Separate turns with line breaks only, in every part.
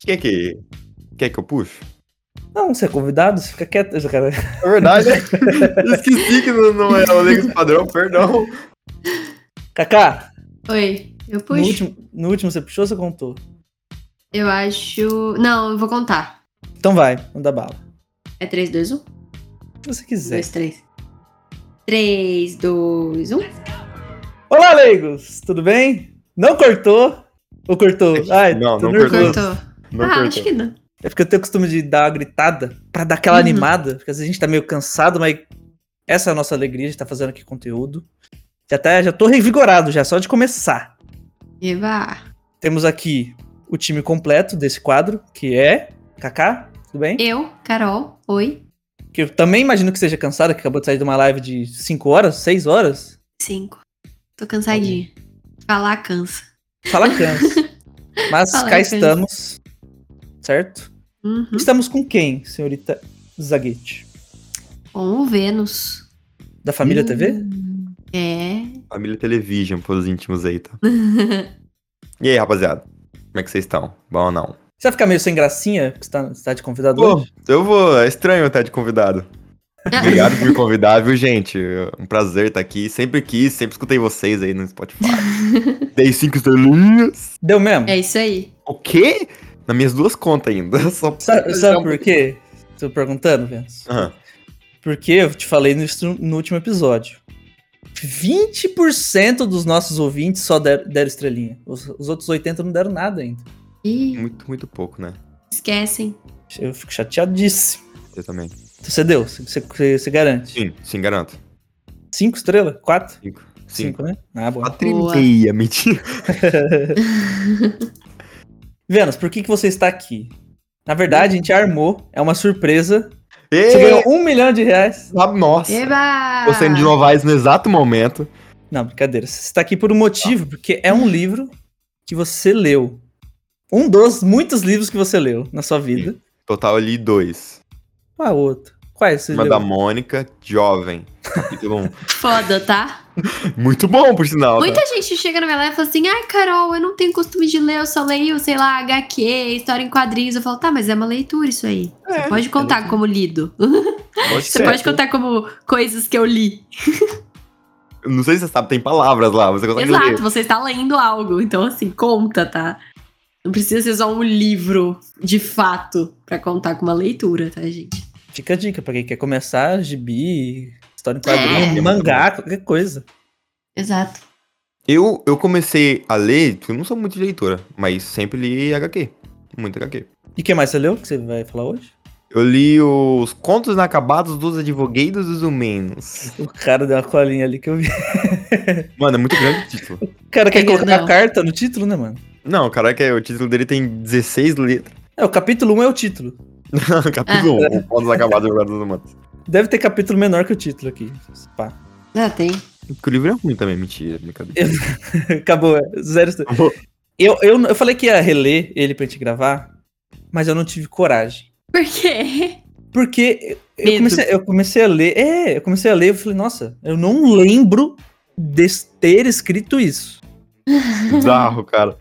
Quem é que. Quem é que eu puxo?
Não, você é convidado, você fica quieto, esse cara.
É verdade. Esqueci que não, não era o Lex padrão, perdão.
Kaká,
Oi, eu
no
puxo?
último, no último você puxou ou você contou?
Eu acho. Não, eu vou contar.
Então vai, manda bala.
É 3, 2, 1?
O que você quiser.
2, 3. 3, 2, 1.
Olá, leigos! Tudo bem? Não cortou? Ou cortou? Ai,
Não,
tô
não
nervoso.
Cortou.
Não
ah,
cortou.
acho que não.
É porque eu tenho o costume de dar uma gritada pra dar aquela
Uhum.
animada, porque às vezes a gente tá meio cansado, mas essa é a nossa alegria de estar fazendo aqui conteúdo. Já, tá, já tô revigorado já, só de começar.
Eva.
Temos aqui o time completo desse quadro, que é Kaká, tudo bem?
Eu, Carol, oi.
Que eu também imagino que seja cansado, que acabou de sair de uma live de 5 horas, 6 horas.
5. Tô cansadinha. Falar cansa.
Fala cansa. Mas
Fala,
cá
cansa.
estamos, certo?
Uhum.
Estamos com quem, senhorita Zaguete?
Com o um Vênus.
Da família TV?
Hum, É.
Família Television, pros íntimos aí, tá? E aí, rapaziada? Como é que vocês estão? Bom ou não?
Você vai ficar meio sem gracinha, porque você tá, você tá de convidado
Pô,
hoje?
eu vou. É estranho estar de convidado.
É.
Obrigado por me convidar, viu, gente? É Um prazer estar aqui. Sempre quis, sempre escutei vocês aí no Spotify. Dei cinco estrelinhas.
Deu mesmo?
É isso aí.
O quê? Nas minhas duas contas ainda. Só um
Sabe, sabe por quê? Tô perguntando, Vênus.
Aham.
Porque eu te falei no, no último episódio. 20% dos nossos ouvintes só der- deram, estrelinha. Os, os outros 80 não deram nada ainda.
Ih,
Muito, muito pouco, né?
esquecem.
Eu fico chateadíssimo.
Eu também.
Então você deu, você, você- você garante.
Sim, sim, garanto.
Cinco estrelas? Quatro?
Cinco. Cinco.
Cinco, né? Ah, bom.
Quatro e
Boa.
meia, mentira.
Vênus, por que, que você está aqui? Na verdade, a gente armou, é uma surpresa. Você
Ei,
ganhou um milhão de reais.
nossa.
Eba!
Tô saindo de Novaes no exato momento.
Não, brincadeira. Você está aqui por um motivo,
Tá.
porque é um livro que você leu. Um dos muitos livros que você leu na sua vida.
Total ali dois.
Qual outro? Quais você
Uma
leu?
da Mônica, jovem. Capítulo um.
Foda, tá?
Muito bom, por sinal.
Muita gente chega na minha live e fala assim: ai, Carol, eu não tenho costume de ler, eu só leio, sei lá, HQ, história em quadrinhos. Eu falo, tá, mas é uma leitura isso aí. Você pode contar como lido. Você pode contar como coisas que eu li.
Não sei se você sabe, tem palavras lá. Você consegue
Exato,
ler.
você está lendo algo. Então, assim, conta, tá? Não precisa ser só um livro, de fato, pra contar com uma leitura, tá, gente?
Fica a dica pra quem quer começar gibi, história em quadrinho,
É.
mangá, qualquer coisa.
Exato.
Eu, eu comecei a ler, porque eu não sou muito de leitora, mas sempre li HQ. Muito HQ.
E o que mais você leu que você vai falar hoje?
Eu li os Contos Inacabados dos Advogados dos Humanos.
O cara deu uma colinha ali que eu vi.
Mano, é muito grande o título.
O cara quer
Ele
colocar
É, não.
a carta no título, né, mano?
Não, caraca, o título dele tem 16 letras.
É, o capítulo 1 é o título.
Capítulo
Ah.
1, um, Contos Inacabados dos Advogados dos Humanos.
Deve ter capítulo menor que o título aqui. Pá.
Ah, tem.
Porque o livro é ruim também, mentira, brincadeira.
Acabou, é, zero. estrela.
Acabou.
Eu, eu, eu falei que ia reler ele pra gente gravar, mas eu não tive coragem.
Por quê?
Porque eu
Medo.
comecei, eu comecei a ler. É, eu comecei a ler e falei, nossa, eu não lembro de ter escrito isso.
Bizarro, cara.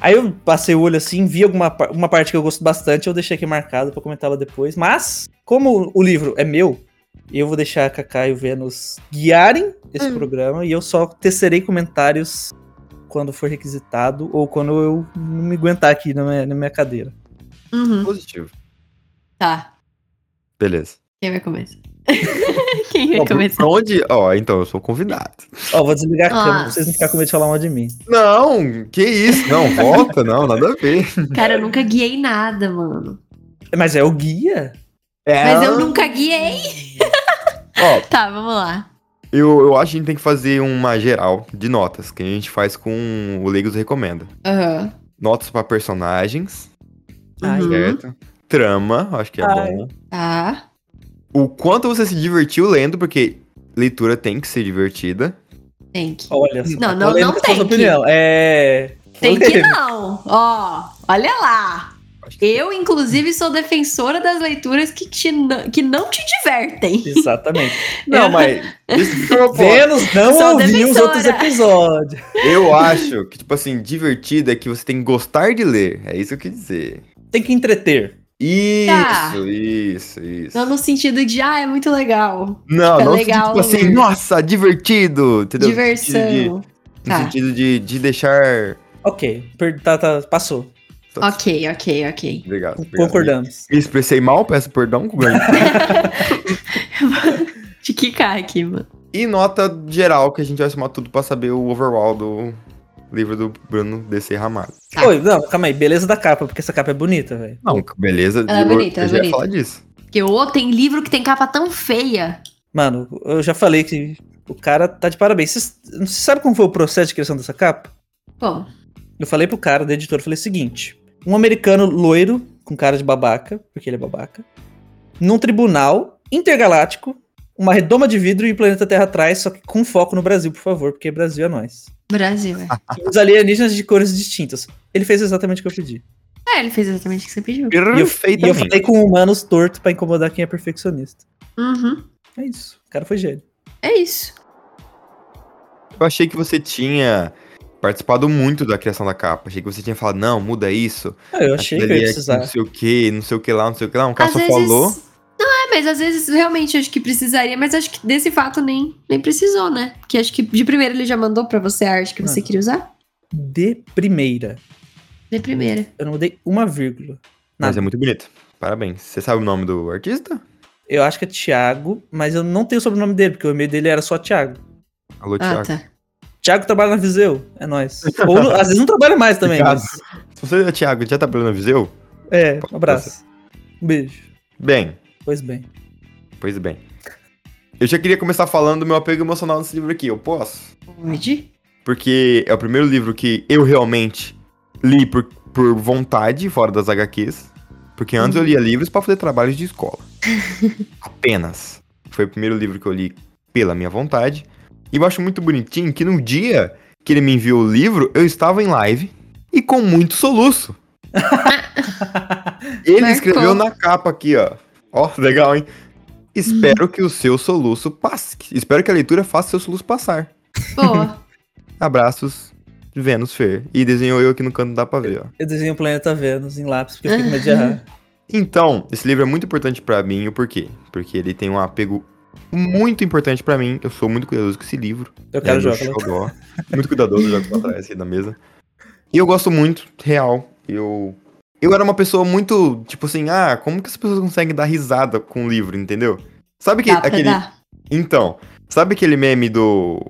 Aí eu passei o olho assim, vi alguma par- uma parte que eu gosto bastante, eu deixei aqui marcado pra comentar ela depois. Mas, como o livro é meu, eu vou deixar a Kaká e o Vênus guiarem esse
Hum.
programa e eu só tecerei comentários quando for requisitado ou quando eu não me aguentar aqui na minha, na minha cadeira.
Uhum.
Positivo.
Tá.
Beleza.
Quem vai começar? Quem vai
Ó, pra-
começar?
pra onde? Ó, então, eu sou convidado.
Ó, vou desligar a câmera pra
Nossa.
vocês não ficarem com medo de falar mal de mim.
Não, que isso? Não, volta, não, nada a ver.
Cara, eu nunca guiei nada, mano.
Mas é o guia?
É,
Mas eu nunca guiei.
Ó,
Tá, vamos lá.
eu, eu acho que a gente tem que fazer uma geral de notas, que a gente faz com o Legos Recomenda.
Aham.
Notas pra personagens,
Ai,
Uhum.
certo? Trama, acho que é
Ah.
Ai.
bom.
Tá.
O quanto você se divertiu lendo, porque leitura tem que ser divertida.
Tem que.
Olha só.
Não,
tá
não-
polêmica
não
essa
tem
sua
que.
opinião. É.
Tem que
polêmica.
não. Ó, olha lá.
Acho que-
Eu, inclusive, sou defensora das leituras que, te não, que não te divertem.
Exatamente.
Não, mas. Isso é uma boa.
Vênus não
Sou
ouviu os
defensora.
outros episódios.
Eu acho que, tipo assim, divertido é que você tem que gostar de ler. É isso que eu quis dizer.
tem que entreter.
Isso,
Tá.
isso, isso.
Não no sentido de, ah, é muito legal.
Não,
Fica
não
legal,
tipo assim,
né?
nossa, divertido, entendeu? No sentido
Diversão.
de-
Tá.
No sentido de, de deixar...
Ok, per- tá, tá, passou.
Ok, ok, ok.
Obrigado, obrigado.
Concordamos.
Me expressei mal, peço perdão. com grande-
De que cara aqui, mano?
e nota geral, que a gente vai somar tudo pra saber o overall do livro do Bruno D.C. Ramalho.
Tá.
Oi, não, calma aí. Beleza da capa, porque essa capa é bonita, velho.
Não, beleza.
Ela é
eu-
bonita,
eu
ela é
já ia
bonita.
falar disso.
Porque, ô, tem livro que tem capa tão feia.
Mano, eu já falei que o cara tá de parabéns. Você sabe como foi o processo de criação dessa capa?
Bom,
Eu falei pro cara da editora, eu falei o seguinte: um americano loiro, com cara de babaca, porque ele é babaca, num tribunal intergaláctico, uma redoma de vidro e o planeta Terra atrás, só que com foco no Brasil, por favor, porque Brasil é nós.
Brasil, é.
Ah.
E Os alienígenas de cores distintas. Ele fez exatamente o que eu pedi.
É, ele fez exatamente o que você pediu.
E eu, e eu falei com humanos torto pra incomodar quem é perfeccionista.
Uhum.
É isso. O cara foi gênio.
É isso.
Eu achei que você tinha participado muito da criação da capa. Achei que você tinha falado, não, muda isso.
Ah, eu achei que
aquilo
eu ia
ali é
precisar.
Não sei o que, não sei o que lá, não sei o que lá. Um cara
Às
só
vezes-
falou.
Não é, mas às vezes realmente acho que precisaria, mas acho que desse fato nem, nem precisou, né? Porque acho que de primeira ele já mandou pra você a arte que você
Não.
queria usar.
De primeira.
De primeira.
Eu não mudei uma vírgula.
Mas
Nada.
é muito bonito. Parabéns. Você sabe o nome do artista?
Eu acho que é Thiago, mas eu não tenho o sobrenome dele, porque o e-mail dele era só Thiago.
Alô,
Ah,
Thiago.
tá.
Thiago trabalha na Viseu, é nóis. Ou no- às vezes não trabalha mais também, mas.
Se você é Thiago, já tá trabalhando na Viseu?
É, um abraço. Um beijo.
Bem,
Pois bem.
pois bem. Eu já queria começar falando do meu apego emocional nesse livro aqui. Eu posso?
Pode?
Porque é o primeiro livro que eu realmente li por, por vontade, fora das HQs. Porque antes eu lia livros pra fazer trabalhos de escola. Apenas. Foi o primeiro livro que eu li pela minha vontade. E eu acho muito bonitinho que no dia que ele me enviou o livro, eu estava em live e com muito soluço. Ele
Marcou.
escreveu na capa aqui, ó. Ó, legal, hein? Espero que o seu soluço passe. Espero que a leitura faça seu soluço passar.
Boa.
Abraços, Vênus Fer. E desenhou eu aqui no canto, não dá pra ver, ó.
Eu desenho o planeta Vênus em lápis, porque eu fiquei com medo de errar.
Então, esse livro é muito importante pra mim, o porquê? Porque ele tem um apego muito importante pra mim. Eu sou muito cuidadoso com esse livro.
Eu quero
É, meu
jogar. né?
xodó. Muito cuidadoso, eu jogo pra trás aqui na mesa. E eu gosto muito, real. Eu. Eu era uma pessoa muito, tipo assim, ah, como que as pessoas conseguem dar risada com o livro, entendeu? Sabe que
Dá pra
aquele.
dar.
Então, sabe aquele meme do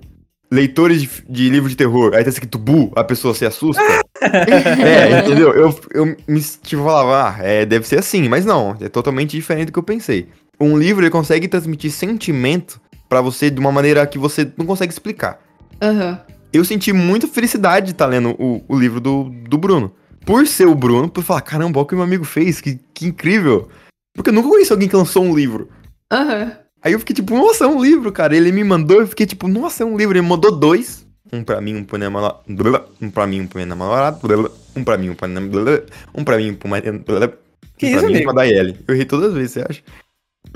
leitores de, f- de livro de terror, aí tá escrito bu, a pessoa se assusta? é, entendeu? Eu, eu me tipo, falava, ah, é, deve ser assim, mas não, é totalmente diferente do que eu pensei. Um livro, ele consegue transmitir sentimento pra você de uma maneira que você não consegue explicar.
Aham.
Eu senti muita felicidade de estar lendo o, o livro do, do Bruno. Por ser o Bruno, por falar, caramba, olha o que meu amigo fez, que, que incrível. Porque eu nunca conheci alguém que lançou um livro.
Aham.
Aí eu fiquei tipo, nossa, é um livro, cara. Ele me mandou, eu fiquei tipo, nossa, é um livro. Ele mandou dois. Um pra mim, um pra minha namorada. Um pra mim, um pra minha namorada. Um pra mim, um pra minha namorada. Um pra mim, um pra minha namorada.
Que
um
isso,
pra mim, um
amigo?
pra Daiele. Eu errei todas as vezes, você acha?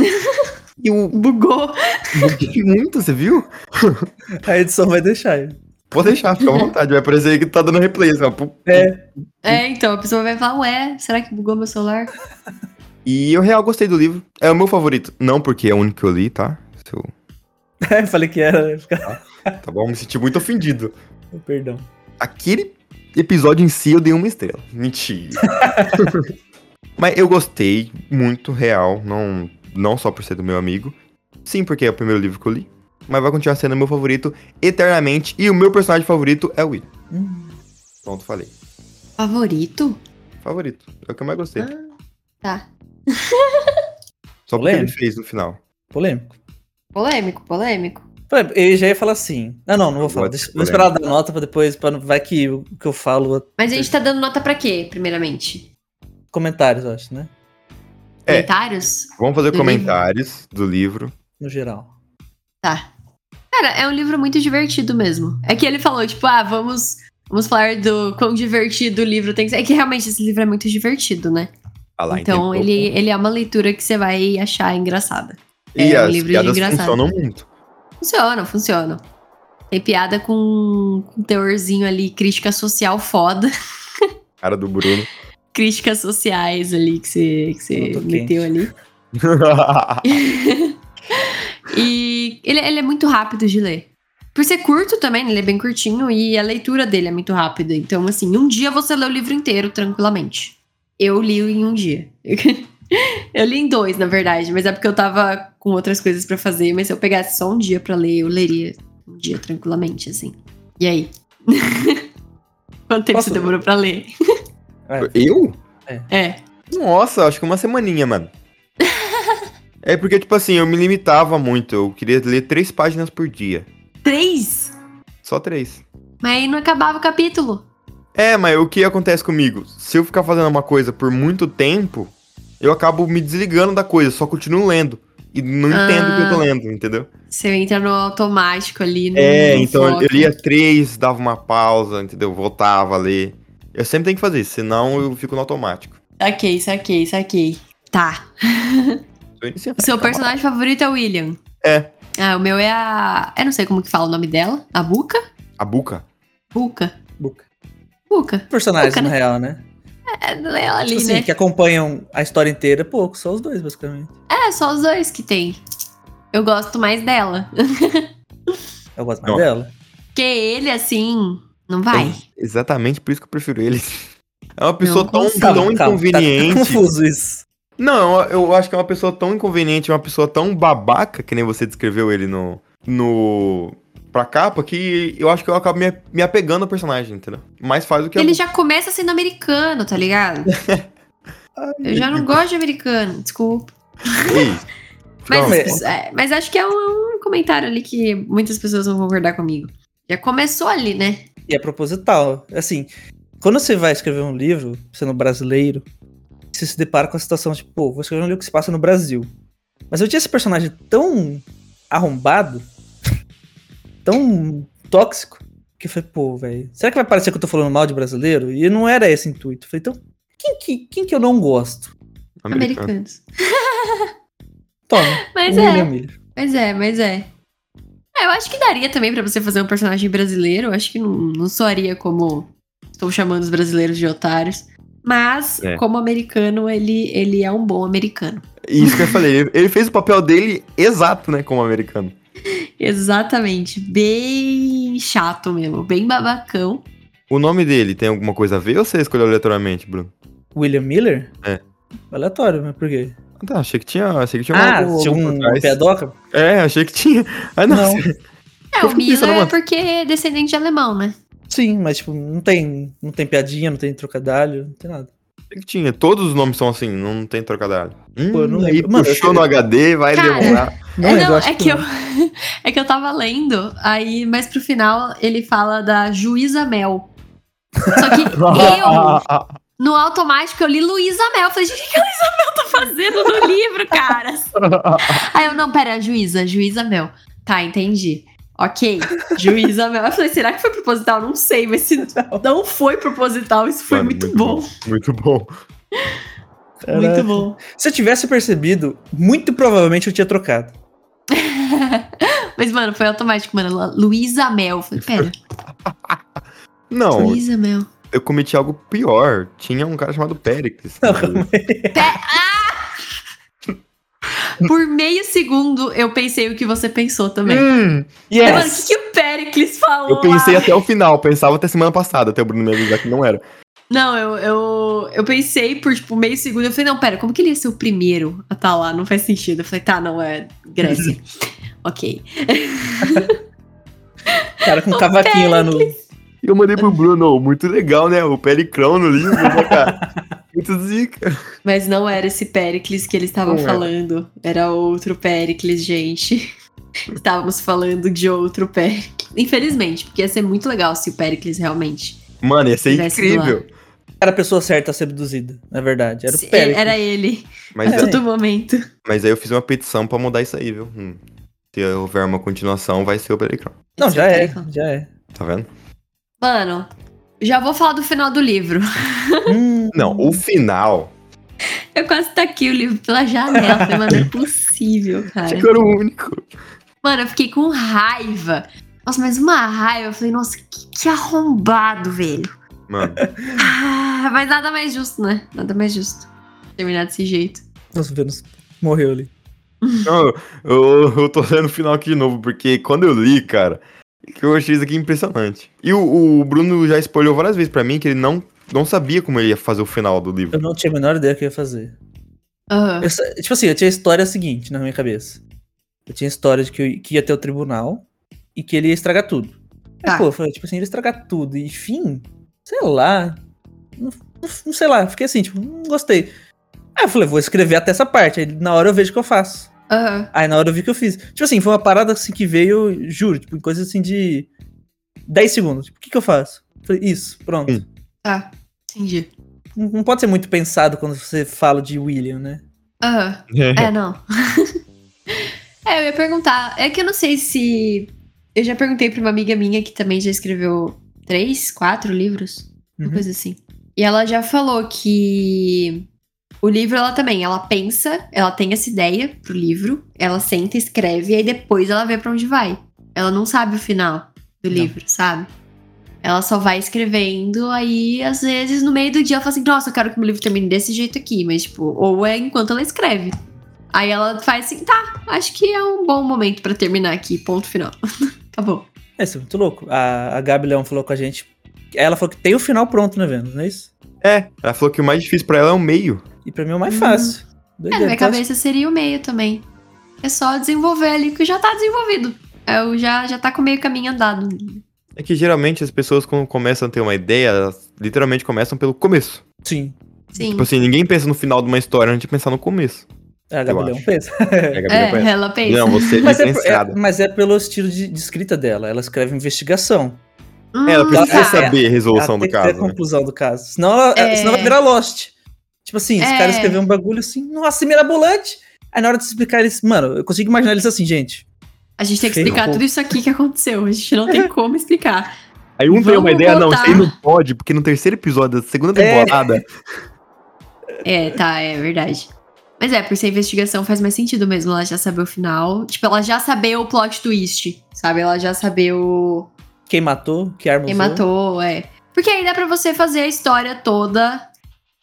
e o...
Bugou.
Muito, você viu?
A edição vai deixar. ele.
Pode deixar, fica à vontade. Vai parecer aí que tá dando replay, assim, ó. Pu-
É,
É, então, a pessoa vai falar, ué, será que bugou meu celular?
E eu real gostei do livro. É o meu favorito. Não porque é o único que eu li, tá? Se eu-
eu falei que era. fica-
Tá bom, eu me senti muito ofendido.
Perdão.
aquele episódio em si eu dei uma estrela. Mentira. Mas eu gostei muito real, não, não só por ser do meu amigo. Sim, porque é o primeiro livro que eu li. Mas vai continuar sendo meu favorito eternamente. E o meu personagem favorito é o Will.
Hum.
Pronto, falei.
Favorito?
Favorito. É o que eu mais gostei.
Ah, tá.
só porque ele
lembro.
fez no final.
Polêmico.
Polêmico, polêmico.
Falei, Eu já ia falar assim. Não, não, não vou falar.
Pode ser
Deixa, vou esperar dar nota pra depois. Pra, não- vai que o que eu falo.
Mas a gente tá dando nota pra quê, primeiramente?
Comentários, eu acho, né?
É.
Comentários?
Vamos fazer
Do
comentários do livro.
No geral.
Tá. Cara, é um livro muito divertido mesmo. É que ele falou, tipo, ah, vamos, vamos falar do quão divertido o livro tem que ser. É que realmente esse livro é muito divertido, né?
Ah lá,
então
entendeu?
ele, ele é uma leitura que você vai achar engraçada.
E
é um
as
livro de
piadas
engraçado.
funcionam muito.
Funciona, funciona. Tem piada com com um teorzinho ali, crítica social foda.
Cara do Bruno.
críticas sociais ali que você, que você
Eu tô
meteu ali. E ele, ele é muito rápido de ler. Por ser curto também, ele é bem curtinho e a leitura dele é muito rápida. Então, assim, um dia você lê o livro inteiro tranquilamente. Eu li em um dia. eu li em dois, na verdade, mas é porque eu tava com outras coisas pra fazer. Mas se eu pegasse só um dia pra ler, eu leria um dia tranquilamente, assim. E aí? Quanto tempo
Posso-
você demorou pra ler?
Eu?
É.
Nossa, acho que uma semaninha, mano. É porque, tipo assim, eu me limitava muito. Eu queria ler três páginas por dia.
Três?
Só três.
Mas aí não acabava o capítulo.
É, mas o que acontece comigo? Se eu ficar fazendo uma coisa por muito tempo, eu acabo me desligando da coisa, só continuo lendo. E não entendo o que eu tô
Ah.
lendo, entendeu?
Você entra no automático ali. No
É,
no
então eu-
foco.
eu lia três, dava uma pausa, entendeu? Voltava a ler. Eu sempre tenho que fazer isso, senão eu fico no automático.
Saquei, saquei, saquei. Tá.
Tô iniciando.
O seu personagem favorito é o William?
É.
Ah, o meu é a. Eu não sei como que fala o nome dela. A Buca?
A buca.
Buca.
Buca.
Buca.
Personagens,
Buca,
na
né?
real, né?
É, ela ali,
Tipo assim,
né?
que acompanham a história inteira, pouco, só os dois, basicamente.
É, só os dois que tem. Eu gosto mais dela.
Eu gosto mais
Não.
dela.
Porque ele, assim, não vai.
Exatamente por isso que eu prefiro ele. É uma pessoa tão,
consigo.
Calma,
tão
calma, tá-
inconveniente.
Tá, confuso isso.
Não, eu eu acho que é uma pessoa tão inconveniente, uma pessoa tão babaca, que nem você descreveu ele no. no. pra capa, que eu acho que eu acabo me, me apegando ao personagem, entendeu? Mais faz do que a
Ele
Bu-
já começa sendo americano, tá ligado? Eu já não gosto de americano, desculpa.
Ei,
Mas,
Pronto.
Mas-
é, mas acho que é um, um comentário ali que muitas pessoas vão concordar comigo. Já começou ali, né?
E é proposital. Assim, quando você vai escrever um livro, sendo brasileiro, você se depara com a situação tipo, pô, vou escrever um livro que se passa no Brasil. Mas eu tinha esse personagem tão arrombado, tão tóxico, que eu falei, pô, velho, será que vai parecer que eu tô falando mal de brasileiro? E não era esse o intuito. Eu falei, então, quem que, quem que eu não gosto?
americano.
Americanos.
Toma,
Mas
humilha,
é,
humilha.
mas é, mas é. É, Eu acho que daria também pra você fazer um personagem brasileiro. Eu acho que não, não soaria como estou chamando os brasileiros de otários. Mas,
É.
como americano, ele, ele é um bom americano.
Isso que eu falei, ele- ele fez o papel dele exato, né, como americano.
Exatamente. Bem chato mesmo. Bem babacão.
O nome dele tem alguma coisa a ver ou você escolheu aleatoriamente, Bruno?
William Miller?
É.
Aleatório, mas por quê?
Ah, tá, achei que tinha. Achei que tinha
Ah,
algum-
tinha
algum
um
por trás.
pedoca?
É, achei que tinha. Ah, não.
Não.
É,
Eu
o
fico pensando,
Miller é
mano.
porque é descendente de alemão, né?
Sim, mas tipo, não tem, não tem piadinha, não tem trocadilho, não tem nada.
Achei que tinha. Todos os nomes são assim, não tem trocadilho. Hum,
Pô, eu não
aí
lembro. Mano, eu
puxou no HD, vai
Cara,
demorar.
Não,
é,
lembro,
não,
acho
é que eu,
não.
é que eu tava lendo, aí, mas pro final ele fala da juíza Mel. Só que eu, no automático, eu li Luísa Mel. Eu Falei, gente, o que a Luísa Mel tá fazendo no livro, caras? Aí eu, não, pera, juíza, juíza Mel. Tá, entendi. Ok, juíza Mel. Eu falei, será que foi proposital? Não sei, mas se não foi proposital, isso foi
Mano,
muito, bom.
Muito bom.
Caraca.
Muito bom.
Se eu tivesse percebido, muito provavelmente eu tinha trocado.
Mas, mano, foi automático, mano. Luísa Mel. Eu Falei, pera,
Não,
Luísa Mel.
eu cometi algo pior. Tinha um cara chamado Péricles.
Não, é? calma
Por meio segundo, eu pensei o que você pensou também.
Hum,
Mano, o que, que o Pericles falou?
eu pensei
lá?
até o final, pensava até semana passada, até o Bruno me avisar que não era.
Não, eu, eu, eu pensei por tipo meio segundo. Eu falei, não, pera, como que ele ia ser o primeiro a tá lá? Não faz sentido. Eu falei, tá, não, é Grécia. ok.
Cara, com um cavaquinho lá no.
E eu mandei pro Bruno, muito legal, né? O Pericrão no livro, né, cara? Muito zica.
Mas não era esse Pericles que ele estava
Não era.
falando. Era outro Pericles, gente. Estávamos falando de outro Pericles. Infelizmente, porque ia ser muito legal se o Pericles realmente.
Mano, ia ser
Tivesse do
incrível.
Era a pessoa certa a ser abduzida, na verdade. Era
se-
o Pérez.
Era ele,
Mas,
a todo momento.
mas aí eu fiz uma petição pra mudar isso aí, viu? Hum. Se houver uma continuação, vai ser o Pericrão.
Não, já é.
Pericles.
Já é.
Tá vendo?
Mano, já vou falar do final do livro.
Hum,
Não, o final.
Eu quase taquei o livro pela janela. Falei, mano, não é possível,
Acho
né?
cara.
que eu era o único.
Mano, eu fiquei com raiva. Nossa, mas uma raiva. Eu falei, nossa, que, que arrombado, velho.
Mano,
Ah, Ah, mas nada mais justo, né? Nada mais justo. Terminar desse jeito.
Nossa, o Vênus morreu ali.
Não, eu, eu, eu tô lendo o final aqui de novo, porque quando eu li, cara, que eu achei isso aqui impressionante. E o, o Bruno já spoilou várias vezes pra mim que ele não, não sabia como ele ia fazer o final do livro.
Eu não tinha a menor ideia do que eu ia fazer.
Aham.
Eu sa- tipo assim, eu tinha a história seguinte na minha cabeça. Eu tinha a história de que, eu- que ia ter o tribunal e que ele ia estragar tudo. Aí,
Tá.
pô, eu falei, tipo assim, ele ia estragar tudo. E fim, sei lá. Não, não- não sei lá, fiquei assim, tipo, não gostei. Aí eu falei, vou escrever até essa parte. Aí na hora eu vejo o que eu faço.
Aham.
Aí na hora eu vi o que eu fiz. Tipo assim, foi uma parada assim que veio, juro, tipo, em coisa assim de 10 segundos. Tipo, o que, que eu faço? Falei, isso, pronto.
Hum.
Tá. Entendi.
Não, não pode ser muito pensado quando você fala de William, né?
Aham. É, não. é, eu ia perguntar. É que eu não sei se. Eu já perguntei pra uma amiga minha que também já escreveu três, quatro livros, uma
Uhum.
coisa assim. E ela já falou que o livro, ela também, ela pensa, ela tem essa ideia pro livro, ela senta, escreve, e aí depois ela vê pra onde vai. Ela não sabe o final do
Não.
livro, sabe? Ela só vai escrevendo, aí às vezes no meio do dia ela fala assim, nossa, eu quero que meu livro termine desse jeito aqui, mas tipo, ou é enquanto ela escreve. Aí ela faz assim, tá, acho que é um bom momento pra terminar aqui, ponto final. Acabou.
É, isso é muito louco. A, a Gabi Leão falou com a gente. Ela falou que tem o final pronto, né, Vênus? Não é isso?
É, ela falou que o mais difícil pra ela é o meio.
E pra mim é o mais
Hum.
fácil.
É,
Doideira,
na minha
então,
cabeça seria o meio também. É só desenvolver ali, que já tá desenvolvido. É, o já, já tá com meio caminho andado.
É que geralmente as pessoas quando começam a ter uma ideia, elas literalmente começam pelo começo.
Sim,
Sim.
Tipo assim, ninguém pensa no final de uma história antes de pensar no começo.
a Gabi
Eu
Leão pensa.
É, Gabriel
É,
Pensa.
ela pensa.
Não, você é
Mas é, por- é-
diferenciada.
mas é pelo estilo de, de escrita dela. Ela escreve investigação.
Hum,
Ela precisa
tá.
saber a
Ela
resolução do
tem que ter
caso.
a
né?
conclusão do caso. Senão, ela,
É.
senão vai virar Lost. Tipo assim, os
É.
caras escreveram um bagulho assim, nossa, mirabolante. Aí na hora de explicar eles, mano, eu consigo imaginar eles assim, gente.
A gente tem que
Ferrou.
explicar tudo isso aqui que aconteceu. A gente não tem como explicar.
Aí um tem uma
Vamos
ideia, não,
voltar.
isso aí não pode, porque no terceiro episódio da segunda
É.
temporada.
É, tá, é verdade. Mas é, por ser investigação faz mais sentido mesmo ela já saber o final. Tipo, ela já saber o plot twist, sabe? Ela já saber o,
Quem matou, que arma
Quem
usou.
matou, é. Porque aí dá pra você fazer a história toda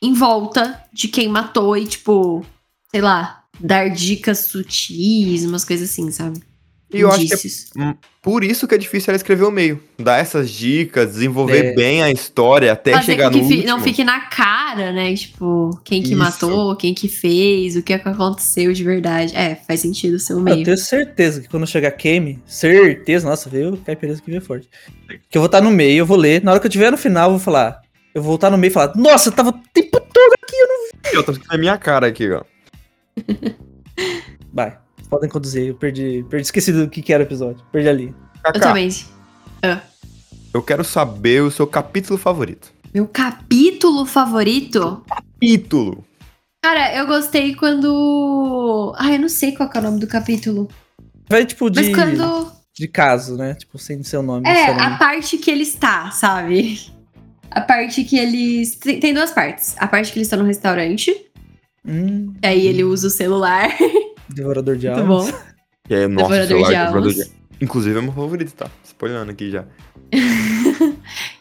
em volta de quem matou e, tipo, sei lá, dar dicas sutis, umas coisas assim, sabe?
E eu acho que é
Indícios.
por isso que é difícil ela escrever o meio. Dar essas dicas, desenvolver
É.
bem a história até
Fazer
chegar
com
no
que fi-
último.
não fique na cara, né? Tipo, quem que
Isso.
matou, quem que fez, o que aconteceu de verdade. É, faz sentido ser o
Ah,
Eu
meio.
tenho certeza que quando chegar Kame, certeza, nossa, veio o Caipirinha que veio forte. Que eu vou estar no meio, eu vou ler. Na hora que eu estiver no final, eu vou falar. Eu vou estar no meio e falar, nossa, eu tava o tempo todo.
Eu tô na minha cara aqui, ó.
Vai, podem conduzir, eu perdi, perdi, esqueci do que, que era o episódio. Perdi ali.
Kaká,
Eu também.
eu quero saber o seu capítulo favorito.
Meu capítulo favorito
Capítulo.
Cara, eu gostei quando. Ah, eu não sei qual que é o nome do capítulo.
Vai, tipo, de,
Mas quando.
de caso, né? Tipo, sem seu nome.
É,
seu nome.
a parte que ele está, sabe? A parte que eles. Tem tem duas partes. A parte que eles estão no restaurante,
Hum,
e aí ele usa o celular.
Devorador de
Muito
almas.
bom.
Que é, nossa,
Devorador
celular,
de
Devorador
almas.
de- Inclusive é meu favorito, tá? Spoilando aqui já.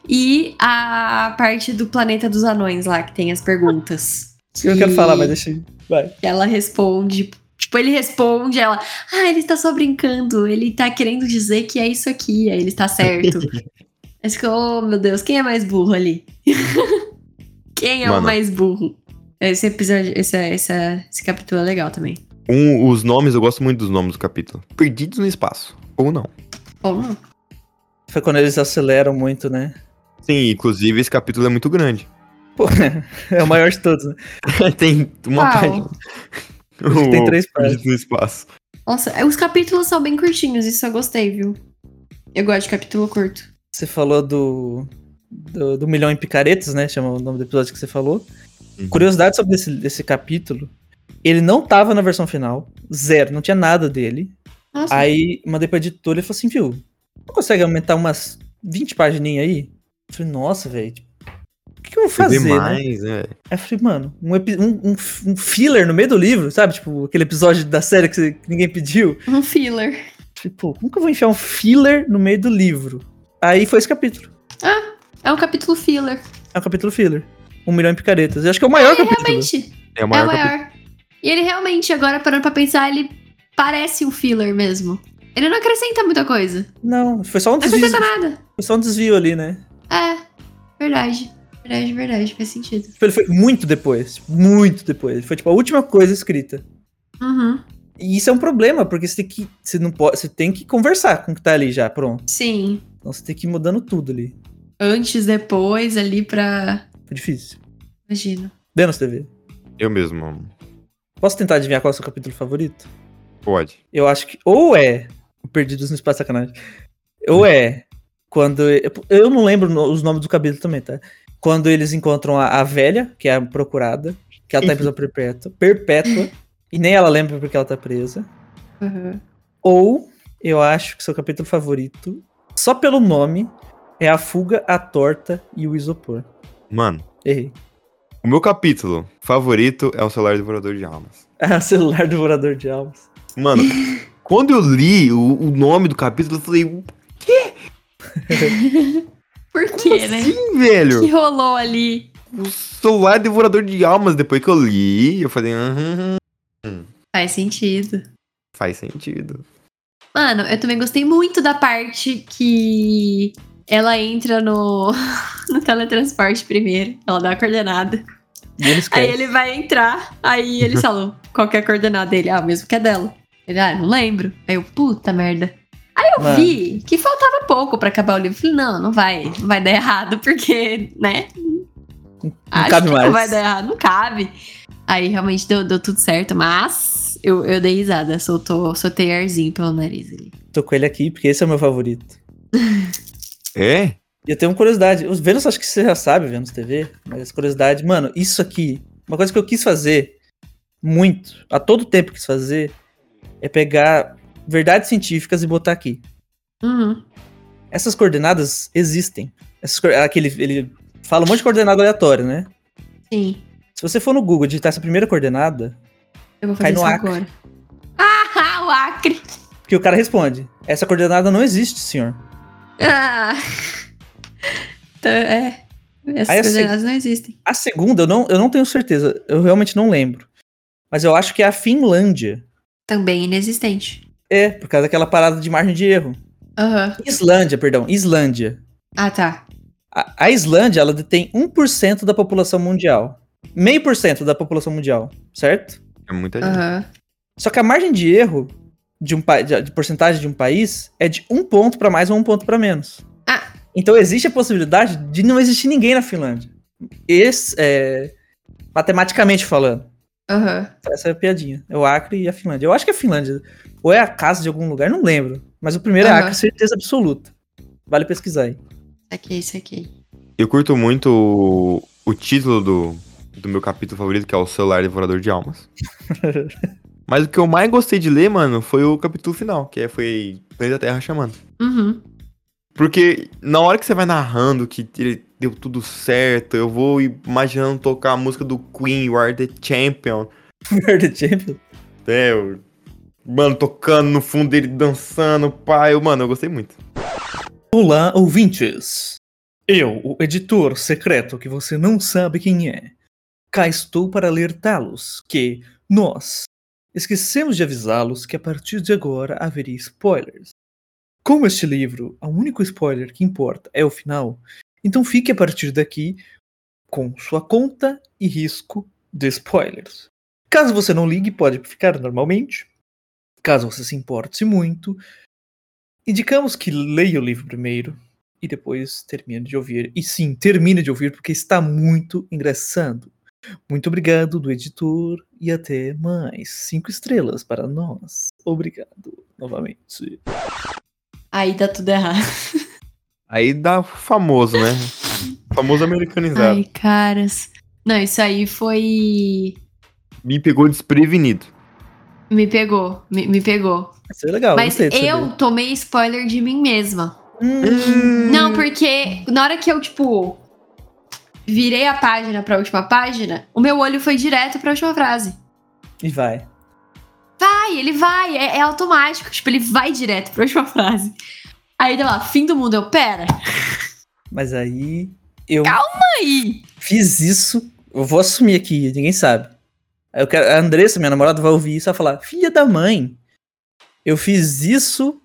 E a parte do planeta dos anões lá, que tem as perguntas.
Eu quero falar, mas deixa. Vai.
que Ela responde. Tipo, ele responde, ela. Ah, ele tá só brincando. Ele tá querendo dizer que é isso aqui. Aí ele está certo. Aí você fica, oh meu Deus, quem é mais burro ali? quem é o
Mano.
mais burro? Esse episódio, esse, essa- esse capítulo é legal também.
Um, os nomes, eu gosto muito dos nomes do capítulo. Perdidos no espaço. Ou não.
Ou não?
Foi quando eles aceleram muito, né?
Sim, inclusive esse capítulo é muito grande.
Pô, é o maior de todos, né?
tem uma
Uau.
página.
que tem três
O Perdidos no espaço.
Nossa, é, os capítulos são bem curtinhos, isso eu gostei, viu? Eu gosto de capítulo curto.
Você falou do, do, do Milhão em Picaretas, né? Chama o nome do episódio que você falou.
Uhum.
Curiosidade sobre esse, esse capítulo. Ele não tava na versão final. Zero. Não tinha nada dele.
Nossa,
Aí mandei pra editora e falou assim, viu? Não consegue aumentar umas 20 pagininhas aí? Eu falei, nossa, velho. tipo, o que, que eu vou fazer, né?
Demais, né?
Aí eu falei, mano, um, epi- um, um, f- um filler no meio do livro, sabe? Tipo, aquele episódio da série que, você- que ninguém pediu.
um filler.
Falei, pô, como que eu vou enfiar um filler no meio do livro? Aí foi esse capítulo.
É um capítulo filler.
É um capítulo filler. Um Milhão de Picaretas. Eu acho que é o maior capítulo.
Realmente,
É o
é o
maior capítulo.
maior. E ele realmente, agora parando pra pensar, ele parece um filler mesmo. Ele não acrescenta muita coisa.
Não, foi só um
Não
desvio.
acrescenta nada.
Foi só um desvio ali, né?
É, verdade. Verdade, verdade, faz sentido.
Tipo, ele foi muito depois. Muito depois. Ele foi tipo a última coisa escrita.
Uhum.
E isso é um problema, porque você tem que. Você não pode. Você tem que conversar com o que tá ali já, pronto.
Sim.
Então você tem que ir mudando tudo ali.
Antes, depois, ali pra.
Foi difícil.
Imagino.
Vênus TV.
Eu mesmo.
Posso tentar adivinhar qual é o seu capítulo favorito?
Pode.
Eu acho que. Ou é. o Perdidos no Espaço é Sacanagem. Ou é. Quando. Eu, eu não lembro no- os nomes do capítulo também, tá? Quando eles encontram a, a velha, que é a procurada, que ela tá em prisão perpétua, perpétua. e nem ela lembra porque ela tá presa.
Uhum.
Ou eu acho que seu capítulo favorito, só pelo nome, é a fuga, a torta e o isopor.
Mano,
Errei.
o meu capítulo favorito é o celular devorador de almas.
Ah, celular devorador de almas.
Mano, quando eu li o, o nome do capítulo, eu falei,
Por
como
quê, né?
assim,
O que
velho?
rolou ali?
O celular devorador de almas, depois que eu li, eu falei, hum,
Faz sentido.
faz sentido.
Mano, eu também gostei muito da parte que ela entra no, no teletransporte primeiro. Ela dá a coordenada.
E ele esquece.
Aí ele vai entrar, aí eles falam qual que é a coordenada dele. Ah, mesmo que é dela. Ele, ah, não lembro. Aí eu, puta merda. Aí eu
Mano.
vi que faltava pouco pra acabar o livro. Falei, não, não vai, não vai dar errado, porque, né? acho
cabe
que
mais.
não vai dar errado, não cabe. Aí realmente deu, deu tudo certo, mas eu, eu dei risada, soltou, soltei arzinho pelo nariz ali.
Tô com ele aqui, porque esse é o meu favorito.
É?
E eu tenho uma curiosidade. Os Vênus, acho que você já sabe, Vênus TV, mas curiosidade, mano, isso aqui, uma coisa que eu quis fazer muito, a todo tempo eu quis fazer, é pegar verdades científicas e botar aqui.
Uhum.
Essas coordenadas existem. Essas, coor- aquele, ele fala um monte de coordenada aleatória, né?
Sim,
Se você for no Google digitar essa primeira coordenada,
eu vou
Cai
fazer
no
isso
Acre.
agora. Ah, o Acre!
que o cara responde: essa coordenada não existe, senhor.
Ah. Então, é. Essas
Aí eu sei.
coordenadas não existem.
A segunda, eu não, eu não tenho certeza, eu realmente não lembro. Mas eu acho que é a Finlândia.
Também inexistente.
É, por causa daquela parada de margem de erro.
Aham.
Islândia, perdão, Islândia.
Ah, tá.
A, a Islândia, ela detém 1% da população mundial. Meio por cento da população mundial, certo?
É muita gente.
Aham.
Só que a margem de erro de, um pa- de, de porcentagem de um país é de um ponto pra mais ou um ponto pra menos.
Ah.
Então existe a possibilidade de não existir ninguém na Finlândia. Esse, é, matematicamente falando.
Aham.
Essa é a piadinha. É o Acre e a Finlândia. Eu acho que é a Finlândia. Ou é a casa de algum lugar, não lembro. Mas o primeiro é
Aham.
Acre, certeza absoluta. Vale pesquisar aí.
Saquei, isso aqui.
Eu curto muito o, o título do, do meu capítulo favorito, que é o celular devorador de almas. Mas o que eu mais gostei de ler, mano, foi o capítulo final, que é- foi Planeta Terra chamando.
Uhum.
Porque na hora que você vai narrando que ele deu tudo certo, eu vou imaginando tocar a música do Queen, You Are the Champion.
World Champion.
É, eu- mano, tocando no fundo dele, dançando, pai. Eu, mano, eu gostei muito.
Olá, ouvintes. Eu, o editor secreto que você não sabe quem é, cá estou para alertá-los que nós esquecemos de avisá-los que a partir de agora haveria spoilers. Como este livro, o único spoiler que importa é o final, então fique a partir daqui com sua conta e risco de spoilers. Caso você não ligue, pode ficar normalmente. Caso você se importe muito, Indicamos que leia o livro primeiro e depois termine de ouvir. E sim, termine de ouvir porque está muito engraçado. Muito obrigado do editor e até mais. Cinco estrelas para nós. Obrigado novamente.
Aí dá tudo errado.
Aí dá o famoso, né? famoso americanizado.
Ai, caras. Não, isso aí foi.
Me pegou desprevenido.
Me pegou, me, me pegou.
Isso é legal,
Mas
gostei de saber.
eu tomei spoiler de mim mesma.
Hum,
Não, porque na hora que eu, tipo, virei a página pra última página, o meu olho foi direto pra última frase.
E vai.
Vai, ele vai, é, é automático. Tipo, ele vai direto pra última frase. tá Aí deu lá, fim do mundo, eu, pera.
Mas aí eu
Calma aí!
Fiz isso, eu vou assumir aqui, ninguém sabe. Aí eu quero, a Andressa, minha namorada, vai ouvir isso e vai falar: Filha da mãe, eu fiz isso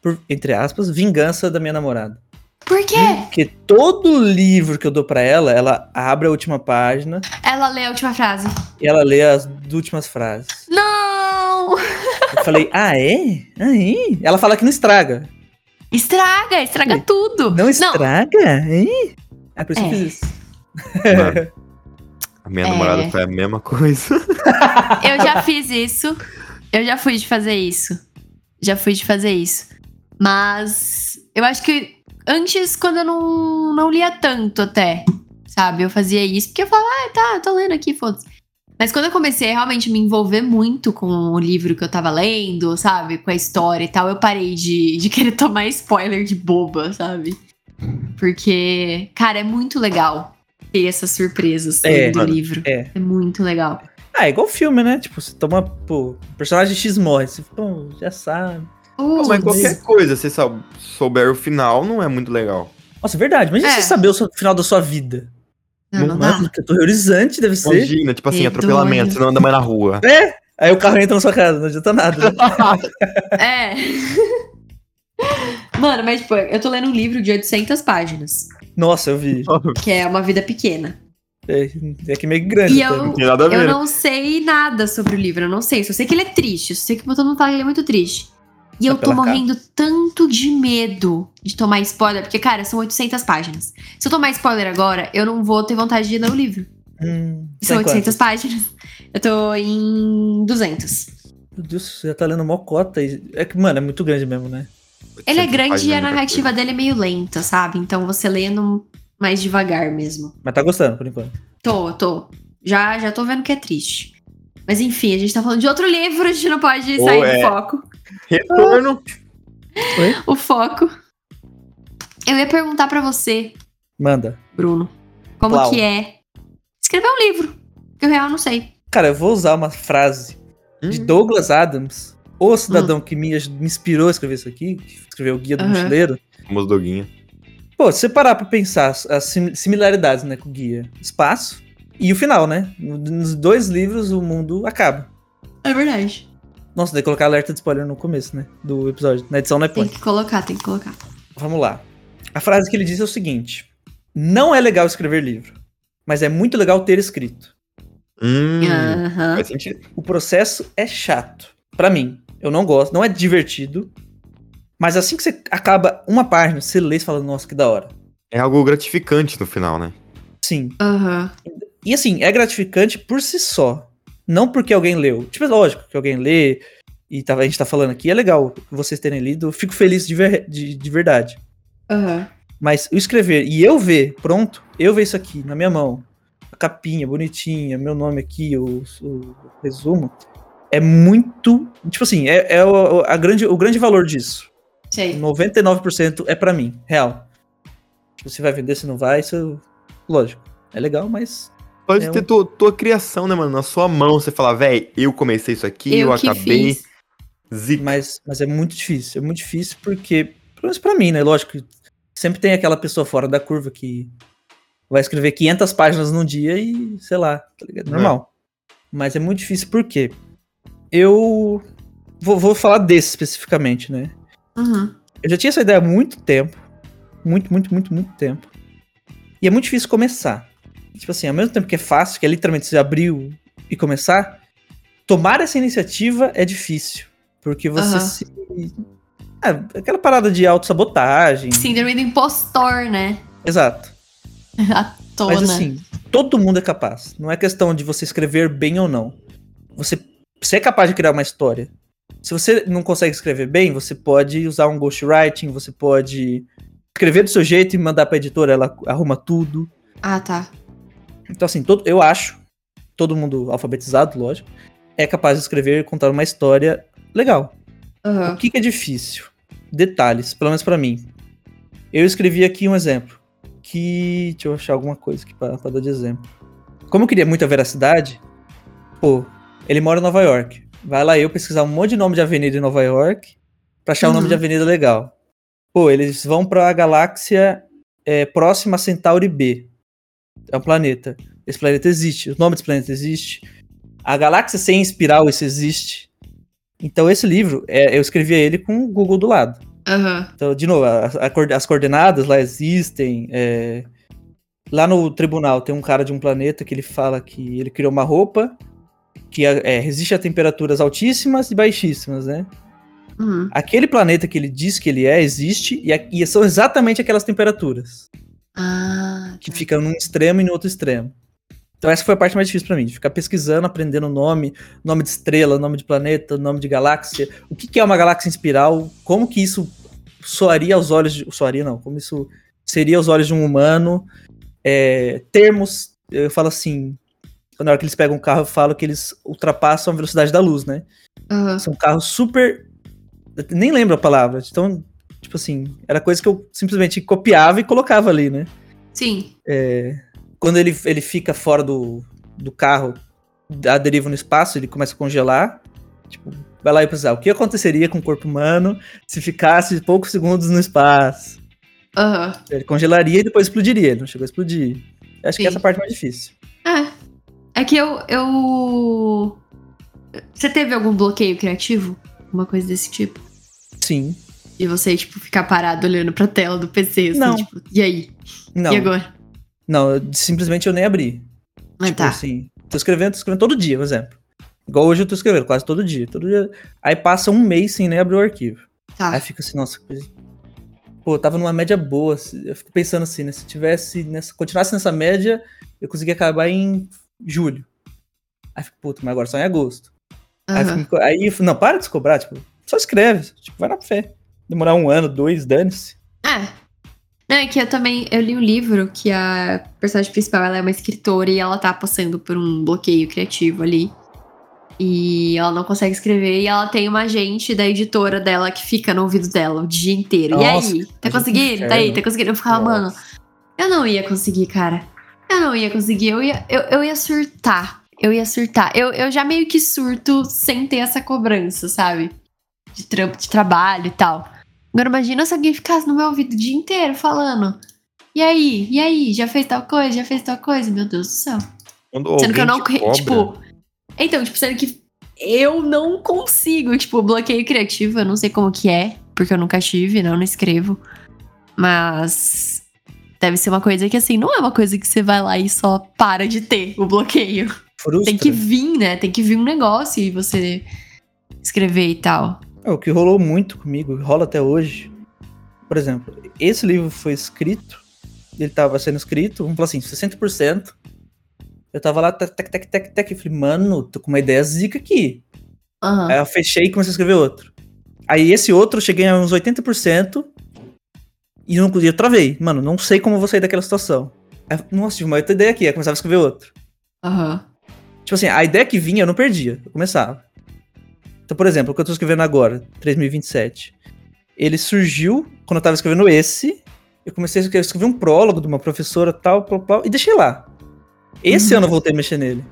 por, entre aspas, vingança da minha namorada.
Por quê?
Porque todo livro que eu dou pra ela, ela abre a última página
Ela lê a última frase.
e ela lê as últimas frases.
Não!
Eu falei: Ah, é? Aí? Ela fala que não estraga.
Estraga, estraga
Sim.
tudo.
Não estraga? Hein? É por isso que
É.
eu fiz isso.
Mano, a minha
É.
namorada foi a mesma coisa.
Eu já fiz isso. Eu já fui de fazer isso. Já fui de fazer isso. Mas eu acho que antes, quando eu não, não lia tanto até, sabe? Eu fazia isso porque eu falava, ah, tá, tô lendo aqui, foda-se. Mas quando eu comecei a realmente me envolver muito com o livro que eu tava lendo, sabe? Com a história e tal, eu parei de, de querer tomar spoiler de boba, sabe? Porque, cara, é muito legal ter essas surpresas
É,
do
mano,
livro.
é.
É muito legal.
Ah, é igual filme, né? Tipo, você toma. Pô, personagem X morre. Você, pô, já sabe.
Uh,
Mas qualquer coisa, se sou- souber o final, não é muito legal.
Nossa, é verdade. Imagina
É.
você saber o seu- o final da sua vida. é?
Não, não dá.
Nossa, que aterrorizante deve ser.
Imagina, tipo assim,
Que
atropelamento,
doido.
você não anda mais na rua.
É! Aí o carro entra na sua casa, não adianta nada. né?
É. Mano, mas tipo, eu tô lendo um livro de 800 páginas,
Nossa, eu vi.
que é Uma Vida Pequena.
É, é que meio grande.
E
até,
eu,
Não tem nada a
eu
ver.
não sei nada sobre o livro, eu não sei. Só sei que ele é triste, só sei que todo mundo fala que ele é muito triste. E
Só
eu tô
É pela cara.
morrendo tanto de medo de tomar spoiler, porque, cara, são 800 páginas. Se eu tomar spoiler agora, eu não vou ter vontade de ler o livro.
Hum, tá
São
em
800 páginas. Eu tô em 200.
quanto? Meu Deus, você já tá lendo mocota. e- É que, mano, é muito grande mesmo, né?
Ele é
800
grande e
páginas,
a
muita
narrativa dele é meio lenta, sabe? Então você lê num- mais devagar mesmo.
Mas tá gostando, por enquanto.
Tô, tô. Já, já tô vendo que é triste. Mas enfim, a gente tá falando de outro livro, a gente não pode
Ou
sair
é-
do foco.
coisa. Retorno.
O foco. Eu ia perguntar pra você,
Manda.
Bruno, como
Qual?
que é escrever um livro. Que eu real não sei.
Cara, eu vou usar uma frase de
Hum.
Douglas Adams, o cidadão que me, aj- me inspirou a escrever isso aqui, que escreveu o Guia do
Hum. Aham.
Mochileiro.
Famoso doguinho.
Pô, se você parar pra pensar as as sim- similaridades, né, com o guia, espaço e o final, né? No- Nos dois livros o mundo acaba.
É verdade.
Nossa, daí colocar alerta de spoiler no começo, né? Do episódio. Na edição não é
Tem
põe.
que colocar, tem que colocar.
Vamos lá. A frase que ele disse é o seguinte: Não é legal escrever livro, mas é muito legal ter escrito.
Hum,
Aham.
Faz sentido.
O processo é chato. Pra mim, eu não gosto, não é divertido. Mas assim que você acaba uma página, você lê e fala, nossa, que da hora.
É algo gratificante no final, né?
Sim,
Aham.
E assim, é gratificante por si só. Não porque alguém leu. Tipo, é lógico que alguém lê e tá- a gente tá falando aqui, é legal vocês terem lido. eu Fico feliz de, ver- de- de verdade.
Aham.
Mas o escrever e eu ver, pronto, eu ver isso aqui na minha mão, a capinha bonitinha, meu nome aqui, o, o resumo, é muito. Tipo assim, é, é o, a grande, o grande valor disso.
Sei.
99% é pra mim, real. Você vai vender, se não vai, isso. Lógico. É legal, mas
Pode
É
ter
um-
tua, tua criação, né, mano? Na sua mão, você fala, véi, eu comecei isso aqui, eu,
Eu que
acabei.
fiz.
Zica.
Mas, mas é muito difícil. É muito difícil porque, pelo menos pra mim, né? Lógico, que sempre tem aquela pessoa fora da curva que vai escrever 500 páginas num dia e, sei lá, tá ligado? Normal. Mas é muito difícil porque eu vou, vou falar desse especificamente, né?
Uhum.
Eu já tinha essa ideia há muito tempo. Muito, muito, muito, muito tempo. E é muito difícil começar. Tipo assim, ao mesmo tempo que é fácil, que é literalmente você abrir o- e começar, tomar essa iniciativa é difícil. Porque você
Aham.
se. É, aquela parada de autossabotagem.
Síndrome do impostor, né?
Exato.
À tona.
Mas assim, todo mundo é capaz. Não é questão de você escrever bem ou não. Você, você é capaz de criar uma história. Se você não consegue escrever bem, você pode usar um ghostwriting, você pode escrever do seu jeito e mandar pra editora, ela arruma tudo.
Ah, tá.
Então, assim, todo, eu acho, todo mundo alfabetizado, lógico, é capaz de escrever e contar uma história legal. O
Aham.
que, que é difícil? Detalhes, pelo menos pra mim. Eu escrevi aqui um exemplo. Que. Deixa eu achar alguma coisa aqui pra, pra dar de exemplo. Como eu queria muita veracidade, pô, ele mora em Nova York. Vai lá eu pesquisar um monte de nome de avenida em Nova York pra achar um nome
Uhum.
de avenida legal. Pô, eles vão pra galáxia é, próxima a Centauri B. É um planeta. Esse planeta existe. O nome desse planeta existe. A galáxia sem espiral, isso existe. Então esse livro, é, eu escrevia ele com o Google do lado.
Aham.
Então, de novo, a- a coorden- as coordenadas lá existem. é. Lá no tribunal tem um cara de um planeta que ele fala que ele criou uma roupa que é, é, resiste a temperaturas altíssimas e baixíssimas, né?
Uhum.
Aquele planeta que ele diz que ele é existe e, a- e são exatamente aquelas temperaturas
Ah,
que ficam num extremo e no outro extremo. Então essa foi a parte mais difícil pra mim, de ficar pesquisando, aprendendo o nome, nome de estrela, nome de planeta, nome de galáxia, o que, que é uma galáxia em espiral, como que isso soaria aos olhos de. Soaria não, como isso seria aos olhos de um humano. É, termos, eu falo assim, na hora que eles pegam um carro, eu falo que eles ultrapassam a velocidade da luz, né?
aham.
São carros super. eu Nem lembro a palavra. Então, tipo assim, era coisa que eu simplesmente copiava e colocava ali, né?
Sim.
É, quando ele, ele fica fora do, do carro, a deriva no espaço, ele começa a congelar. Tipo, vai lá e pensar, o que aconteceria com o corpo humano se ficasse poucos segundos no espaço?
Aham.
Ele congelaria e depois explodiria. Ele não chegou a explodir. Eu acho que
Sim.
essa é a parte mais difícil.
É. É que eu, eu. Você teve algum bloqueio criativo? Alguma coisa desse tipo?
Sim.
E você, tipo, ficar parado olhando pra tela do PC, assim,
Não.
tipo, e aí?
Não,
E agora?
não, eu- simplesmente eu nem abri.
Ah,
tipo
tá.
assim, tô escrevendo, tô escrevendo todo dia, por exemplo. Igual hoje eu tô escrevendo, quase todo dia, todo dia. Aí passa um mês sem nem abrir o arquivo. Aí
Tá.
fica assim, nossa, coisa- pô, eu tava numa média boa. assim, Eu fico pensando assim, né? Se tivesse nessa. Continuasse nessa média, eu conseguia acabar em julho. Aí fico, puta, mas agora só em agosto. Aí,
Aham.
fico me co- aí eu fico, não, para de se cobrar, tipo, só escreve, tipo, vai na fé. Demorar um ano, dois, dane-se.
É. Não, é que eu também eu li um livro que a personagem principal ela é uma escritora e ela tá passando por um bloqueio criativo ali. E ela não consegue escrever e ela tem uma agente da editora dela que fica no ouvido dela o dia inteiro.
Nossa,
e aí? Tá
gente,
conseguindo? Tá aí,
inferno.
tá conseguindo? Eu ficava, mano, eu não ia conseguir, cara. Eu não ia conseguir. Eu ia, eu, eu ia surtar. Eu ia surtar. Eu, eu já meio que surto sem ter essa cobrança, sabe? De trampo, de trabalho e tal. Agora imagina se alguém ficasse no meu ouvido o dia inteiro falando. E aí? E aí? Já fez tal coisa? Já fez tal coisa? Meu Deus do céu.
Quando
sendo que eu
alguém
não.
te
corri-
cobra-
Tipo. Então, tipo, sendo que eu não consigo. Tipo, bloqueio criativo, eu não sei como que é, porque eu nunca tive, não, não escrevo. Mas. Deve ser uma coisa que, assim, não é uma coisa que você vai lá e só para de ter o bloqueio.
Frustra.
Tem que vir, né? Tem que vir um negócio e você escrever e tal.
É, o que rolou muito comigo, rola até hoje. Por exemplo, esse livro foi escrito, ele tava sendo escrito, vamos falar assim, 60%. Eu tava lá, tec, tec, tec, tec, tec, e falei, mano, tô com uma ideia zica aqui.
Aham.
É.
Aí eu fechei e comecei a escrever outro. Aí esse outro eu cheguei a uns 80% e eu não e eu travei. Mano, não sei como eu vou sair daquela situação. Aí, eu, nossa, tive uma outra ideia aqui. Aí eu começava a escrever outro.
Aham.
Tipo assim, a ideia que vinha eu não perdia, eu começava. Então, por exemplo, o que eu tô escrevendo agora, 3027, ele surgiu quando eu tava escrevendo esse, eu comecei a escrever, eu escrevi um prólogo de uma professora tal, plau, plau, e deixei lá. Esse
Uhum.
ano eu voltei a mexer nele.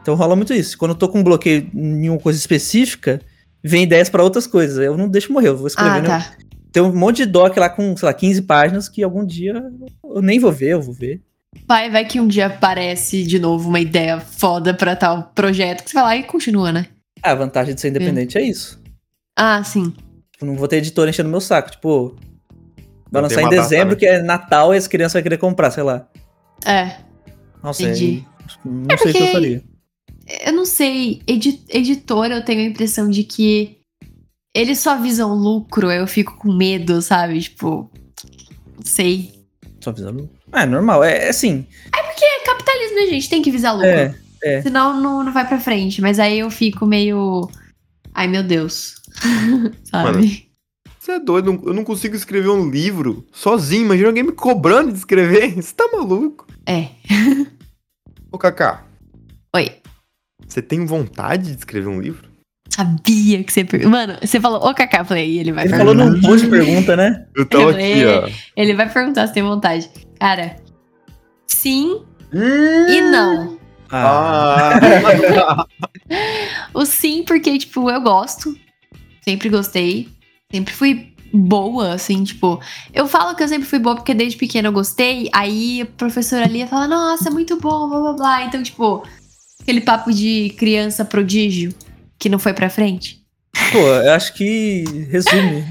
Então rola muito isso. Quando eu tô com um bloqueio em uma coisa específica, vem ideias pra outras coisas. Eu não deixo morrer, eu vou
Ah,
escrevendo.
tá.
Tem um monte de doc lá com, sei lá, 15 páginas que algum dia eu nem vou ver, eu vou ver.
Vai, vai que um dia aparece de novo uma ideia foda pra tal projeto que você vai lá e continua, né?
Ah, a vantagem de ser independente é isso.
Ah, sim.
Tipo, não vou ter editora enchendo meu saco. Tipo, vai
Não tem
lançar em
uma data,
dezembro,
né?
que é Natal, e as crianças vão querer comprar, sei lá.
É.
Nossa,
Entendi. É
aí, não sei o que eu
porque-
faria.
Eu não sei. Edi editora, eu tenho a impressão de que eles só visam lucro, eu fico com medo, sabe? Tipo. Não sei.
Só avisando. Ah, é normal. É, é assim.
É capitalismo, né, gente? Tem que visar lucro.
É,
Senão não, não vai pra frente. Mas aí eu fico meio. Ai, meu Deus. sabe?
Você é doido, eu não- eu não consigo escrever um livro sozinho. Imagina alguém me cobrando de escrever. Você tá maluco?
É.
Ô, Kaká,
Oi.
você tem vontade de escrever um livro?
Sabia que você. per- Mano, você falou, ô Kaká, eu falei, "Ih, ele vai
ele
falar."
falou num monte de pergunta, né?
Eu tava aqui,
Lembrei.
ó.
Ele vai perguntar se tem vontade. Cara, sim e não.
Ah,
O sim, porque, tipo, eu gosto. Sempre gostei. Sempre fui boa, assim, tipo. Eu falo que eu sempre fui boa porque desde pequena eu gostei, aí a professora ali fala, nossa, é muito bom, blá blá blá. Então, tipo, aquele papo de criança prodígio que não foi pra frente.
Pô, eu acho que resume.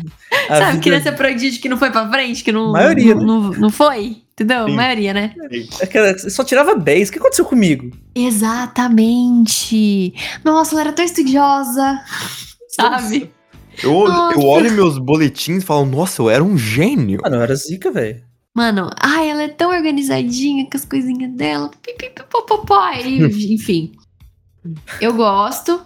a
Sabe,
vida-
criança prodígio que não foi pra frente, que não.
Maioria,
Não,
né?
não, não foi? Entendeu?
Sim.
Maioria, né?
Aquela- É Só tirava 10. O que aconteceu comigo?
Exatamente. Nossa, ela era tão estudiosa. Sabe?
Eu, olho-
Nossa.
eu olho meus boletins e falo, nossa, eu era um gênio.
Mano, eu Ah, era zica, velho.
Mano, ai, ela é tão organizadinha com as coisinhas dela. Pi, pi, pi, pó, pó, pó. E, Enfim. Eu gosto.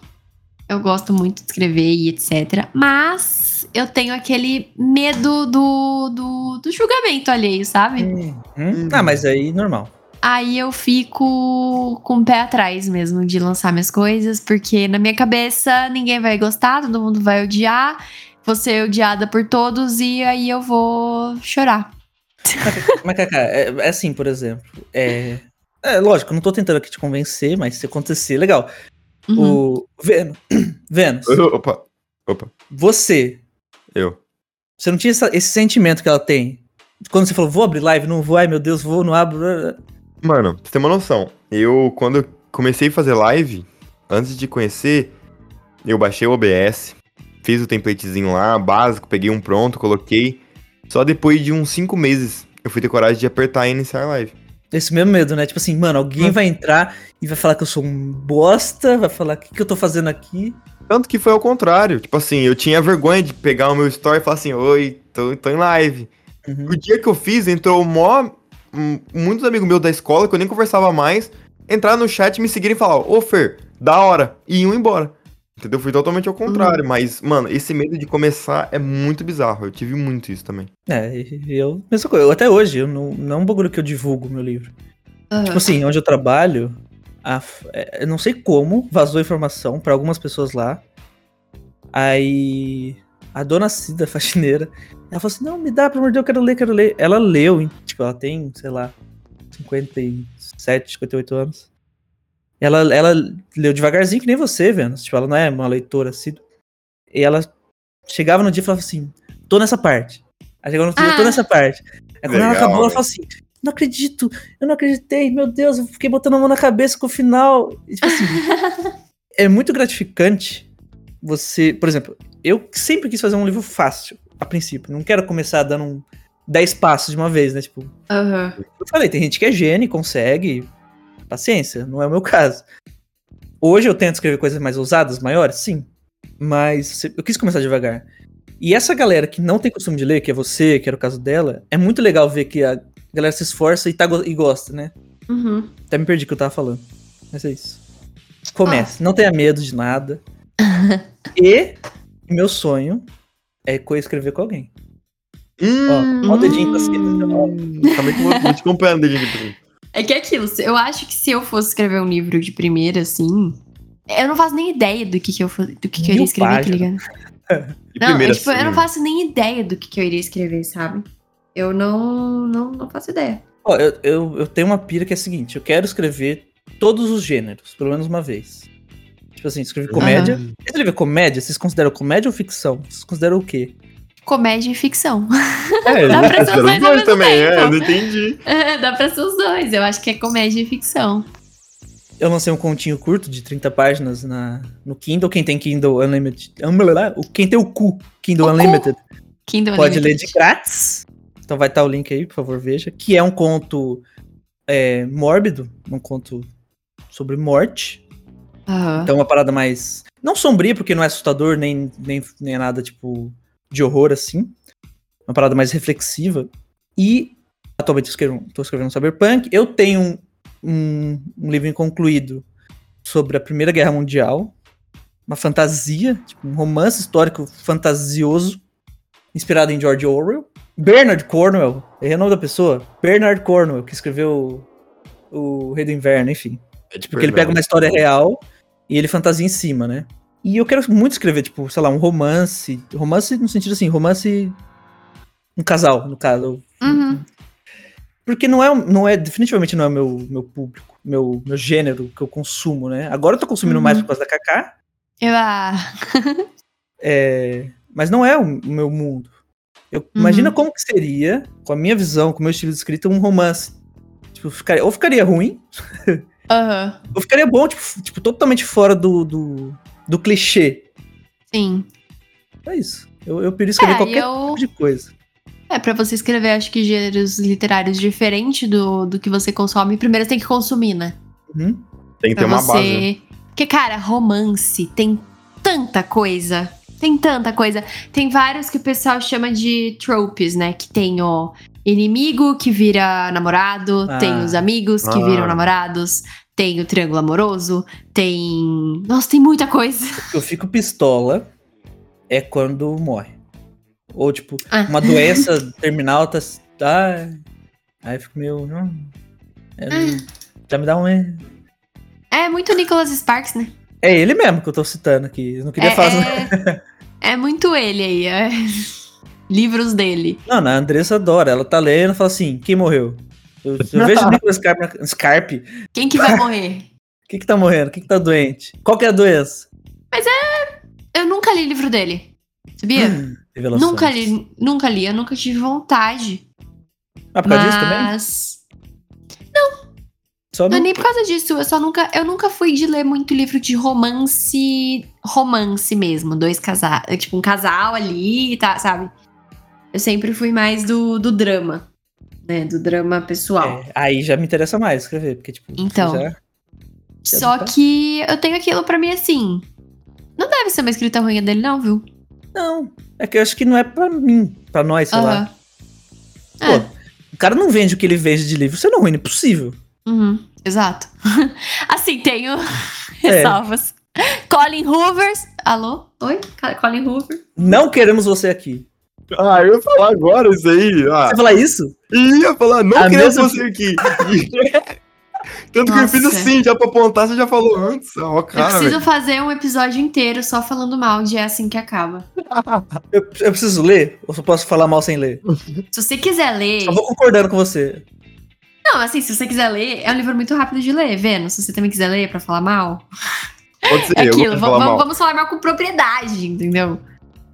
Eu gosto muito de escrever e etc. Mas eu tenho aquele medo do, do, do julgamento alheio, sabe?
Hum.
Uhum. Ah, mas aí normal.
Aí eu fico com o pé atrás mesmo de lançar minhas coisas, porque na minha cabeça ninguém vai gostar, todo mundo vai odiar, vou ser odiada por todos e aí eu vou chorar.
Mas, Cacá, é, é assim, por exemplo. É, é lógico, eu não tô tentando aqui te convencer, mas se acontecer, legal.
Uhum.
O Vênus, Vênus,
Opa, opa,
você,
eu.
você não tinha essa- esse sentimento que ela tem? Quando você falou, vou abrir live, não vou, ai meu Deus, vou, não abro. blá, blá, blá.
Mano, pra você ter uma noção, eu, quando eu comecei a fazer live, antes de conhecer, eu baixei o OBS, fiz o templatezinho lá, básico, peguei um pronto, coloquei. Só depois de uns cinco meses, eu fui ter coragem de apertar e iniciar a live.
Esse mesmo medo, né? Tipo assim, mano, alguém
Hum.
vai entrar e vai falar que eu sou um bosta, vai falar, o que, que eu tô fazendo aqui?
Tanto que foi ao contrário. Tipo assim, eu tinha vergonha de pegar o meu story e falar assim, oi, tô, tô em live.
Uhum.
O dia que eu fiz, entrou mó, m- muitos amigos meus da escola, que eu nem conversava mais, entraram no chat, me seguiram e falaram, ô Fer, da hora, e iam embora. Entendeu? Fui totalmente ao
Uhum.
contrário, mas, mano, esse medo de começar é muito bizarro. Eu tive muito isso também.
É, e eu, mesma coisa, eu até hoje, eu não, não é um bagulho que eu divulgo meu livro. Tipo assim, onde eu trabalho, a f- é, eu não sei como, vazou informação pra algumas pessoas lá. Aí a dona Cida, faxineira, ela falou assim: Não, me dá, pelo amor de Deus, eu quero ler, quero ler. Ela leu, hein, tipo, ela tem, sei lá, 57, 58 anos. Ela, ela leu devagarzinho, que nem você, Vênus. Tipo, ela não é uma leitora assídua. E ela chegava no dia e falava assim: Tô nessa parte. Aí chegava no outro dia,
Ah.
tô nessa parte. Aí É, quando ela
Legal,
acabou, ela
né?
falou assim: Não acredito, eu não acreditei, meu Deus, eu fiquei botando a mão na cabeça com o final. E, tipo assim, é muito gratificante você. Por exemplo, eu sempre quis fazer um livro fácil, a princípio. Não quero começar dando um 10 passos de uma vez, né? Tipo,
Aham.
eu falei, tem gente que é gênio, e consegue. Paciência, não é o meu caso. Hoje eu tento escrever coisas mais ousadas, maiores, sim. Mas se- eu quis começar devagar. E essa galera que não tem costume de ler, que é você, que era o caso dela, é muito legal ver que a galera se esforça e, tá, go- e gosta, né?
Uhum.
Até me perdi o que eu tava falando. Mas é isso. Comece. Não tenha medo de nada. e meu sonho é coescrever com alguém. Ó,
Hum.
Hum.
ó o dedinho pra cima.
Calma aí que eu vou, vou te acompanhando, dedinho pra cima.
É que é aquilo, se- eu acho que se eu fosse escrever um livro de primeira, assim. Eu não faço nem ideia do que, que eu, fo- do que, que
Mil
eu iria escrever, tá
páginas.
ligado?
E
Não, eu,
primeiro
tipo, eu
assim,
não faço nem ideia do que, que eu iria escrever, sabe? Eu não, não, não faço ideia.
Ó, eu, eu, eu tenho uma pira que é a seguinte: eu quero escrever todos os gêneros, pelo menos uma vez. Tipo assim, escrevi comédia. Escrever comédia, vocês consideram comédia ou ficção? Vocês consideram o quê?
Comédia e ficção.
É,
Dá
eu
pra ser os
considero
dois ao mesmo
também,
tempo.
é, eu não entendi.
É, Dá pra ser os dois. Eu acho que é comédia e ficção.
Eu lancei um continho curto de 30 páginas na, no Kindle. Quem tem Kindle Unlimited. um, blá, blá, o- Quem tem o cu Kindle
O cu.
Unlimited.
Kindle
pode ler
Unlimited.
de grátis. Então vai estar o link aí, por favor, veja. Que é um conto é, mórbido, um conto sobre morte.
Aham.
Então é uma parada mais. Não sombria, porque não é assustador, nem, nem, nem é nada tipo de horror assim. Uma parada mais reflexiva. E atualmente eu escrevo, tô escrevendo um Cyberpunk. Eu tenho um, um, um livro inconcluído sobre a Primeira Guerra Mundial. Uma fantasia, tipo, um romance histórico fantasioso, inspirado em George Orwell. Bernard Cornwell, é o nome da pessoa? Bernard Cornwell, que escreveu o Rei do Inverno, enfim.
É tipo,
Porque ele pega uma história real e ele fantasia em cima, né? E eu quero muito escrever, tipo, sei lá, um romance. Romance no sentido assim, romance. Um casal, no caso.
Uhum.
Porque não é, um- não é definitivamente não é meu, meu público, meu, meu gênero que eu consumo, né? Agora eu tô consumindo
Uhum.
mais por causa da Kaká,
Eu, ah,
é, mas não é o meu mundo. Eu, Imagina como que seria, com a minha visão, com o meu estilo de escrita, um romance. Tipo, ficaria, ou ficaria ruim,
Aham.
ou ficaria bom, tipo, f- tipo, totalmente fora do, do, do clichê.
Sim.
É isso. Eu, eu prefiro escrever
É,
qualquer
eu-
tipo de coisa.
É, pra você escrever, acho que gêneros literários diferentes do, do que você consome, primeiro você tem que consumir, né?
Uhum.
Tem que ter
Pra
uma
você.
base. né?
Porque, cara, romance tem tanta coisa. Tem tanta coisa. Tem vários que o pessoal chama de tropes, né? Que tem o inimigo que vira namorado,
Ah.
tem os amigos que
Ah.
viram namorados, tem o triângulo amoroso, tem. Nossa, tem muita coisa.
O que eu fico pistola é quando morre. Ou, tipo,
Ah.
uma doença terminal tá. tá aí eu fico meio. hum, é,
Ah.
já me dá um. É
É muito Nicholas Sparks, né?
É ele mesmo que eu tô citando aqui. Eu não queria
É,
falar.
é, é muito ele aí. é. Livros dele.
Não, não, a Andressa adora. Ela tá lendo e fala assim: quem morreu? Eu, eu vejo o Nicolas Scarpe, na- Scarpe.
Quem que vai morrer?
O que que tá morrendo? O que que tá doente? Qual que é a doença?
Eu nunca li livro dele. Sabia?
Revelações.
Nunca li, nunca li, eu nunca tive vontade.
Ah, por causa disso também?
Mas.
Só
Não, é
no...
nem por causa disso, eu só nunca. Eu nunca fui de ler muito livro de romance. Romance mesmo. Dois casal. Tipo, um casal ali, tá, sabe? Eu sempre fui mais do, do drama. Né? Do drama pessoal.
É, aí já me interessa mais escrever, porque, tipo.
Então.
já-
Só que eu tenho aquilo pra mim assim. Não deve ser uma escrita ruim a dele, não, viu?
Não. É que eu acho que não é pra mim, pra nós, sei lá.
Aham. É.
Pô, o cara não vende o que ele vende de livro, isso é não ruim, é impossível.
Uhum, exato. assim, tenho
É.
ressalvas. Colin Hoovers. Alô? Oi? Ca- Colin Hoover?
Não queremos você aqui.
Ah, eu ia falar agora isso aí. Ah,
Você fala isso?
ia falar, não
A
queria
mesma-
você aqui. Tanto que eu fiz
Nossa.
assim, já pra apontar, você já falou antes. Ó,
eu
cara,
preciso
velho.
fazer um episódio inteiro só falando mal de É Assim Que Acaba.
Eu, eu preciso ler? Ou só posso falar mal sem ler?
Se você quiser ler...
Tá
Só vou concordando com você.
Não, assim, se você quiser ler, é um livro muito rápido de ler, Vênus. Se você também quiser ler pra falar mal...
Pode ser,
É
eu
aquilo,
vou falar
vamos,
mal.
vamos falar mal com propriedade, entendeu?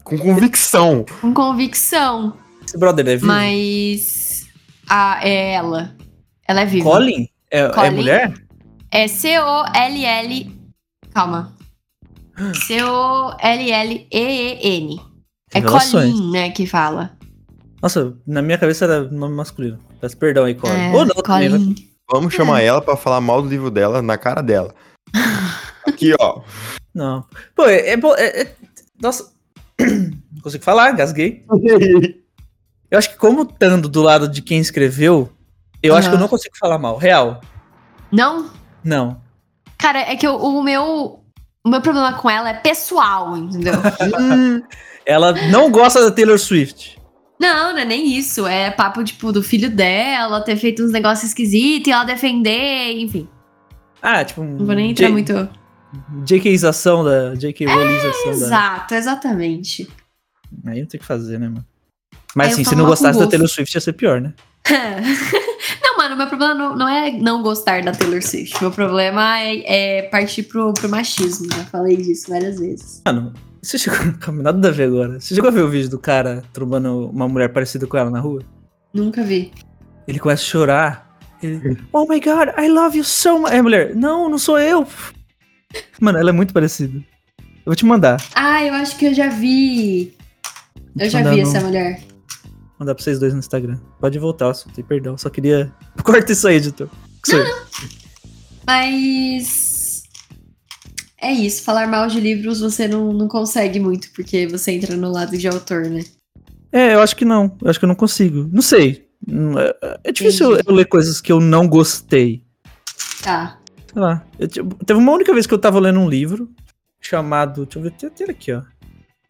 Com convicção.
Com convicção.
Esse brother
Hum.
é vivo?
Mas... A, é ela. Ela é viva.
Colin? É, é
Colin?
mulher?
É C-O-L-L. Calma. C-O-L-L-E-E-N. É
Revelações.
Colin, né, que fala.
Nossa, na minha cabeça era nome masculino. Peço perdão aí, Colin.
É,
Ou não, também, vai-
Colin.
Vamos chamar ela pra falar mal do livro dela na cara dela. Aqui, ó.
Não. Pô, é, é bo- é- é- Nossa. Não consigo falar, gasguei. Eu acho que como estando do lado de quem escreveu, eu acho que eu
Aham.
não consigo falar mal. Real.
Não?
Não.
Cara, é que eu- o meu. O meu problema com ela é pessoal, entendeu?
Hum,
Ela não gosta da Taylor Swift.
não, não é nem isso. É papo, tipo, do filho dela ter feito uns negócios esquisitos e ela defender, enfim.
Ah, tipo.
Não vou nem entrar muito. É,
JKização da. JK Rowlingização da.
Exato, exatamente.
Aí não tem o que fazer, né, mano?
Aí
Mas
eu
assim, se
falo
não
mal com
gostasse da
gosto.
Taylor Swift ia ser pior, né?
não, mano, meu problema não, não é não gostar da Taylor Swift. Meu problema é, é partir pro, pro machismo. Já falei disso várias vezes.
Mano, você chegou. Calma, nada a ver agora. Você chegou a ver o vídeo do cara trombando uma mulher parecida com ela na rua?
Nunca vi.
Ele começa a chorar. Ele, oh my god, I love you so much. Aí a mulher, não, não sou eu. Mano, ela é muito parecida. Eu vou te mandar. Vou
Ah, eu acho que eu já vi.
te
Eu já
mandar
vi
no-
essa mulher.
mandar pra vocês dois no Instagram. Pode voltar, eu tem perdão. Só queria. Corta isso aí, editor. Que sou eu.
Mas. É isso. Falar mal de livros você não, não consegue muito, porque você entra no lado de autor, né?
É, eu acho que não. Eu acho que eu não consigo. Não sei. Hum, é- É difícil eu,
Entendi.
eu ler coisas que eu não gostei.
Tá.
Sei lá. Eu te- teve uma única vez que eu tava lendo um livro chamado. Deixa eu ver, tem tem ele aqui, ó.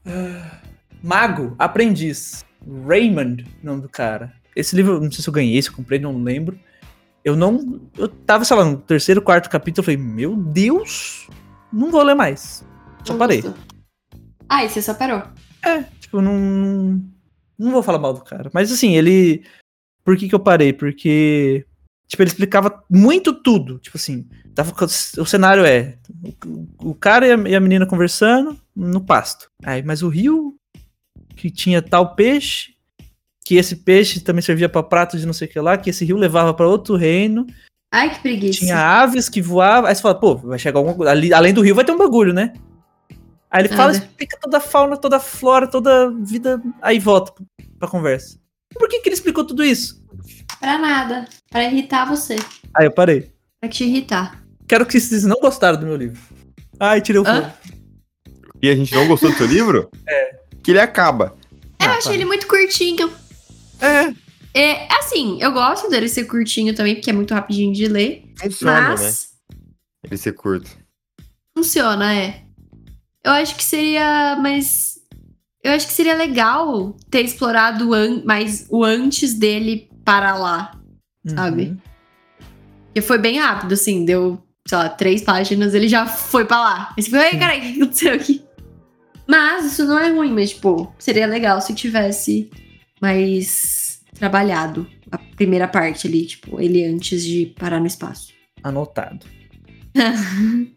Ah, Mago, Aprendiz. Raymond, nome do cara. Esse livro, não sei se eu ganhei, se eu comprei, não lembro. Eu não. Eu tava, sei lá, no terceiro, quarto capítulo, eu falei, meu Deus, não vou ler mais. Só
Não
parei.
gostou. Ah, e você só parou.
É, tipo, não. Não vou falar mal do cara. Mas assim, ele. Por que, que eu parei? Porque. Tipo, ele explicava muito tudo. Tipo assim, tava, com- o cenário é. O, o cara e a, e a menina conversando no pasto. Aí, mas o rio que tinha tal peixe. que esse peixe também servia para prato de não sei o que lá, que esse rio levava para outro reino.
Ai, que preguiça.
Tinha aves que voavam. Aí você fala, pô, vai chegar algum. Ali, além do rio vai ter um bagulho, né? Aí ele
Nada.
fala, explica toda a fauna, toda a flora, toda a vida. Aí volta pra conversa. Por que, que ele explicou tudo isso?
Pra nada. Pra irritar você.
Aí eu parei.
Pra te irritar.
Quero que vocês não gostaram do meu livro. Ai, tirei o
Hã?
fogo.
E a gente não gostou do seu livro? É. Que ele acaba.
Ah, eu achei ele muito curtinho.
Ah, tá. É,
É, assim, eu gosto dele ser curtinho também, porque é muito rapidinho de ler.
funciona, né?
mas
Ele ser curto.
funciona, é. Eu acho que seria mais. Eu acho que seria legal ter explorado an- mais o antes dele para lá.
Uhum.
Sabe? Porque foi bem rápido, assim, deu, sei lá, três páginas, ele já foi pra lá. Aí você fica, ei, caralho, o que aconteceu aqui? Mas isso não é ruim, mas, tipo, seria legal se tivesse mais trabalhado a primeira parte ali, tipo, ele antes de parar no espaço.
Anotado.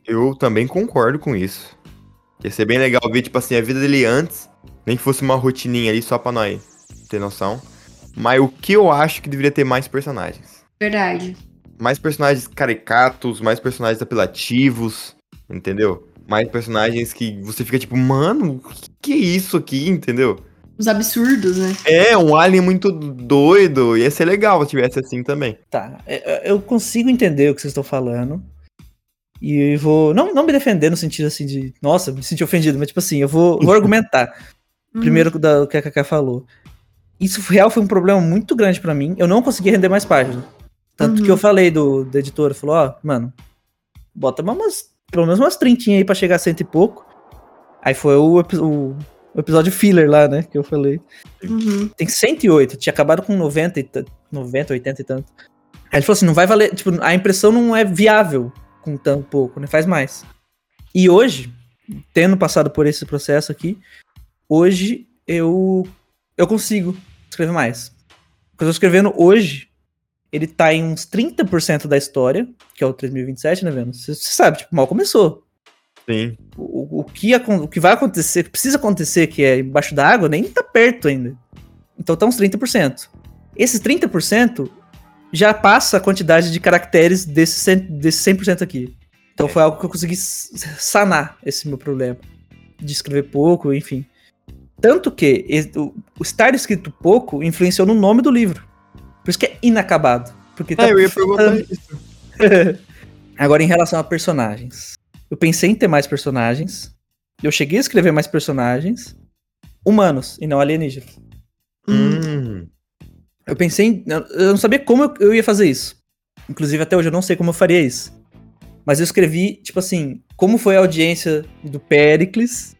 Eu também concordo com isso. Ia ser bem legal ver, tipo assim, a vida dele antes, nem que fosse uma rotininha ali só pra nós ter noção. Mas o que eu acho que deveria ter mais personagens?
Verdade.
Mais personagens caricatos, mais personagens apelativos, entendeu? Mais personagens que você fica tipo, mano, que, que é isso aqui, entendeu?
Os absurdos, né?
É, um alien muito doido, ia ser legal se tivesse assim também.
Tá. é, é, Eu consigo entender o que vocês estão falando. E eu vou. Não, não me defender no sentido assim de. Nossa, me senti ofendido, mas tipo assim, eu vou, vou argumentar.
Uhum,
Primeiro da- o que a Kaká falou. Isso real foi um problema muito grande pra mim. Eu não consegui render mais páginas. Tanto
Uhum.
que eu falei do, da editora, falou, ó, mano, bota uma- umas, pelo menos umas trintinhas aí pra chegar a cento e pouco. Aí foi o, epi- o- o episódio filler lá, né, que eu falei.
Uhum.
Tem 108, tinha acabado com 90 e tanto, 90, 80 e tanto. Aí ele falou assim, não vai valer, tipo, a impressão não é viável com tão pouco, né, faz mais. E hoje, tendo passado por esse processo aqui, hoje eu eu consigo escrever mais. O que eu tô escrevendo hoje, ele tá em uns 30% da história, que é o 3027, né, Vênus? Você sabe, tipo, mal começou.
Sim.
O, o- o que, acon- o que vai acontecer, o que precisa acontecer, que é embaixo da água, nem tá perto ainda. Então tá uns 30%. Esses 30% já passa a quantidade de caracteres desse 100%, desse 100% aqui.
É.
Então foi algo que eu consegui s- sanar esse meu problema. De escrever pouco, enfim. Tanto que e- o, o estar escrito pouco influenciou no nome do livro. Por isso que é inacabado. Porque tá
É, eu ia perguntar
faltando-
isso.
Agora, em relação a personagens. Eu pensei em ter mais personagens. Eu cheguei a escrever mais personagens humanos e não alienígenas.
Uhum.
Hum,
Eu pensei em. Eu eu não sabia como eu- eu ia fazer isso. Inclusive, até hoje eu não sei como eu faria isso. Mas eu escrevi, tipo assim, como foi a audiência do Pericles,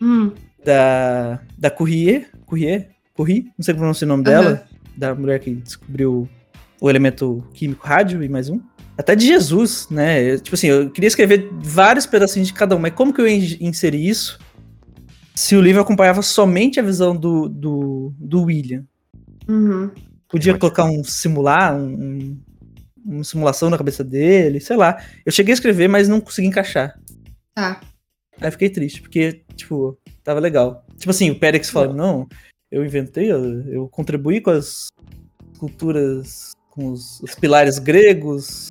Uhum.
da, da Courrier. Courrier? Courrier? Não sei pronunciar o nome dela. Da mulher que descobriu o elemento químico rádio e mais um. Até de Jesus, né? Eu, tipo assim, eu queria escrever vários pedacinhos de cada um, mas como que eu ia in- inserir isso se o livro acompanhava somente a visão do, do, do William?
Uhum.
Podia
Ótimo.
colocar um simular, um- um, uma simulação na cabeça dele, sei lá. Eu cheguei a escrever, mas não consegui encaixar.
Tá.
Aí fiquei triste, porque, tipo, tava legal. Tipo assim, o Pérex fala, não, eu inventei, eu, eu contribuí com as culturas, com os, os pilares gregos,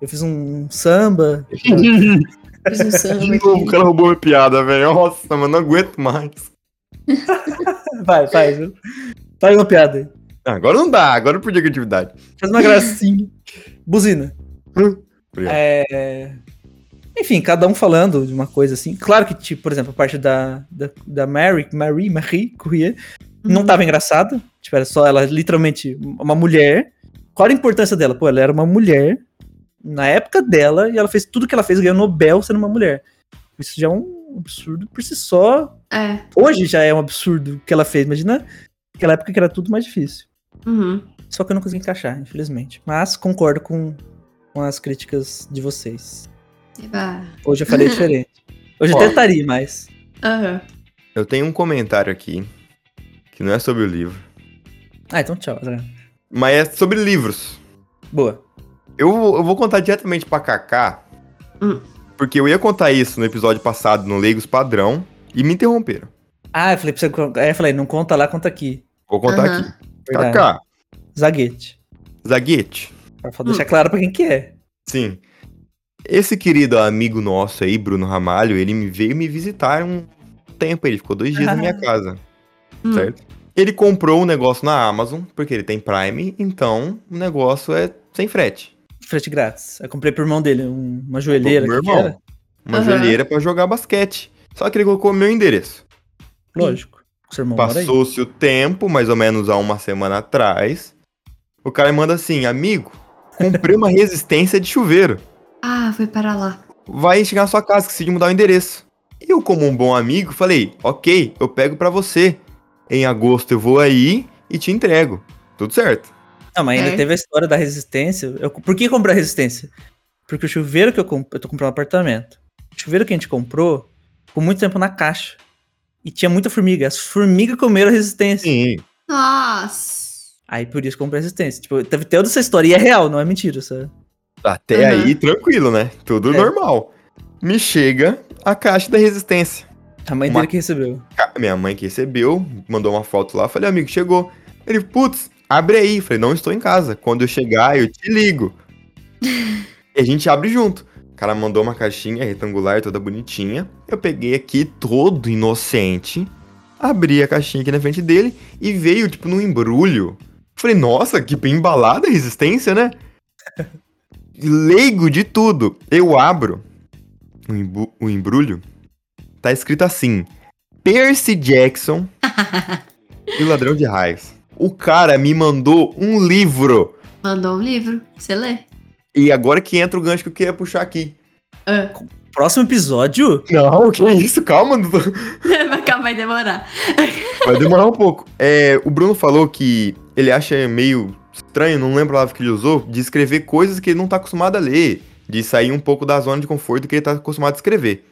eu fiz um samba.
Fiz um samba
De novo, o
aqui.
cara roubou minha piada, velho. Nossa, mano, não aguento mais.
Vai, faz. viu? Faz uma piada aí.
Ah, Agora não dá, agora eu perdi a criatividade.
Faz uma gracinha. Buzina.
Obrigado.
É... Enfim, cada um falando de uma coisa assim. Claro que, tipo, por exemplo, a parte da, da, da Mary, Marie, Marie Courrier, não tava engraçada. Tipo, era só ela literalmente uma mulher. Qual era a importância dela? Pô, ela era uma mulher na época dela e ela fez tudo que ela fez, ganhou Nobel sendo uma mulher. Isso já é um absurdo por si só.
É.
Hoje já é um absurdo o que ela fez, imagina aquela época que era tudo mais difícil.
Uhum.
Só que eu não consegui encaixar, infelizmente. Mas concordo com, com as críticas de vocês.
Eba.
Hoje eu falei diferente. Hoje eu
Ó.
tentaria, mas.
Aham.
Eu tenho um comentário aqui, que não é sobre o livro,
Ah, então tchau, Adriano.
mas é sobre livros.
Boa.
Eu, eu vou contar diretamente pra Kaká,
Hum.
porque eu ia contar isso no episódio passado, no Leigos Padrão, e me interromperam.
Ah, eu falei pra você. con- Aí eu falei, não conta lá, conta aqui.
Vou contar
Aham.
aqui.
é.
Kaká,
Zaguete.
Zaguete.
Pra fa-
Hum.
deixar claro pra quem que é.
Sim. Esse querido amigo nosso aí, Bruno Ramalho, ele me veio me visitar um tempo. Ele ficou dois dias na minha casa,
Hum.
certo? Ele comprou um negócio na Amazon, porque ele tem Prime, então o negócio é sem frete.
Frete grátis. Eu comprei pro irmão dele um- uma joelheira.
Meu
que
irmão.
era.
Uma
Aham.
joelheira pra jogar basquete. Só que ele colocou meu endereço.
Lógico. Seu irmão mora aí.
Passou-se o tempo, mais ou menos há uma semana atrás. O cara me manda assim, amigo, comprei uma resistência de chuveiro.
Ah, foi para lá.
Vai chegar na sua casa, que se de mudar o endereço. Eu, como um bom amigo, falei, ok, eu pego pra você. Em agosto eu vou aí e te entrego. Tudo certo.
Não, mas ainda
É.
teve a história da resistência. Eu, por que comprar resistência? Porque o chuveiro que eu comprei. Eu tô comprando um apartamento. O chuveiro que a gente comprou ficou muito tempo na caixa. E tinha muita formiga. As formigas comeram a resistência.
Sim.
Nossa.
Aí por isso que eu comprei a resistência. Tipo, teve toda essa história. E é real, não é mentira, sabe?
Até
Aham.
aí, tranquilo, né? Tudo
É.
normal. Me chega a caixa da resistência.
A mãe
Uma-
dele que recebeu.
Ca- Minha mãe que recebeu, mandou uma foto lá, falei, amigo, chegou. Ele, putz, abre aí. Falei, não estou em casa. Quando eu chegar, eu te ligo. e a gente abre junto. O cara mandou uma caixinha retangular, toda bonitinha. Eu peguei aqui, todo inocente. Abri a caixinha aqui na frente dele e veio, tipo, num embrulho. Falei, nossa, que bem embalada a resistência, né? Leigo de tudo. Eu abro o, embu- o embrulho. Tá escrito assim: Percy Jackson e o Ladrão de Raios. O cara me mandou um livro.
Mandou um livro. Você lê?
E agora que entra o gancho que eu queria puxar aqui.
Ah.
Próximo episódio.
Não, que isso? Calma, Dudu.
Vai demorar.
Vai demorar um pouco. É, o Bruno falou que ele acha meio estranho, não lembro a palavra que ele usou, de escrever coisas que ele não tá acostumado a ler. De sair um pouco da zona de conforto que ele tá acostumado a escrever.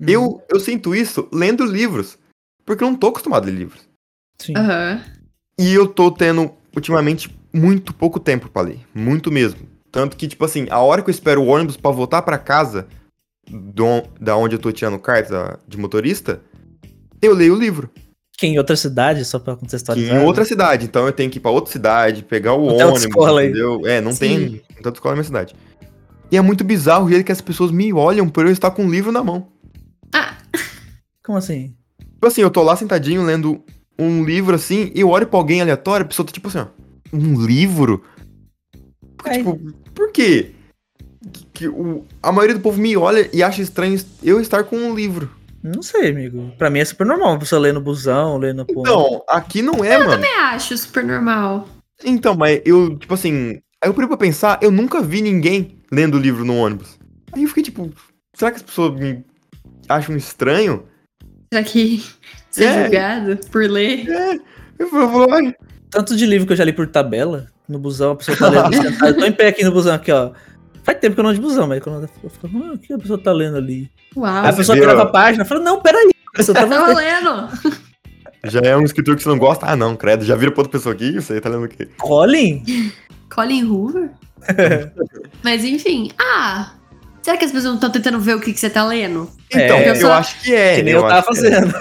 Hum,
Eu, eu sinto isso lendo livros. Porque eu não tô acostumado a ler livros.
Sim.
Aham.
E eu tô tendo, ultimamente, muito pouco tempo pra ler. Muito mesmo. Tanto que, tipo assim, a hora que eu espero o ônibus pra voltar pra casa, do- da onde eu tô tirando carta de motorista, eu leio o livro.
Que em outra cidade, só pra
Que
contextualizar.
em outra cidade. Então eu tenho que ir pra outra cidade, pegar o
Tá Não tem
ônibus.
autoescola aí.
entendeu? É, não tem,
Sim.
não tem autoescola na minha cidade. E é muito bizarro o jeito que as pessoas me olham por eu estar com um livro na mão.
Como assim?
Tipo assim, eu tô lá sentadinho lendo um livro assim, e eu olho pra alguém aleatório, a pessoa tá tipo assim, ó, um livro? Porque,
Ai.
tipo, por quê? Que, que o, a maioria do povo me olha e acha estranho eu estar com um livro.
Não sei, amigo. Pra mim é super normal. Você ler no busão, ler no ponto.
Então, aqui não é, mano.
Eu acho super normal.
Então, mas eu, tipo assim, aí eu parei pra pensar, eu nunca vi ninguém lendo livro no ônibus. Aí eu fiquei tipo, será que as pessoas me acham estranho?
Será que ser
É.
julgado por ler?
Eu falo, ai,
Tanto de livro que eu já li por tabela, no busão, a pessoa tá lendo sentada. Eu tô em pé aqui no busão, aqui, ó. Faz tempo que eu não ando de busão, mas quando eu fico, ah, o que a pessoa tá lendo ali?
Uau.
Aí a
Mas-
pessoa
Ah, viu?
virava a página e fala, não, peraí, a pessoa tá
Eu tava
tava
lendo.
já é um escritor que você não gosta? Ah, não, credo, já vira pra outra pessoa aqui, você tá lendo o quê?
Colin?
Colin Hoover? Mas enfim. Ah. Será que as pessoas não estão tentando ver o que, que você tá lendo?
Então,
É.
eu,
Eu só-
acho que é.
que nem
eu
eu tava
acho que é.
fazendo.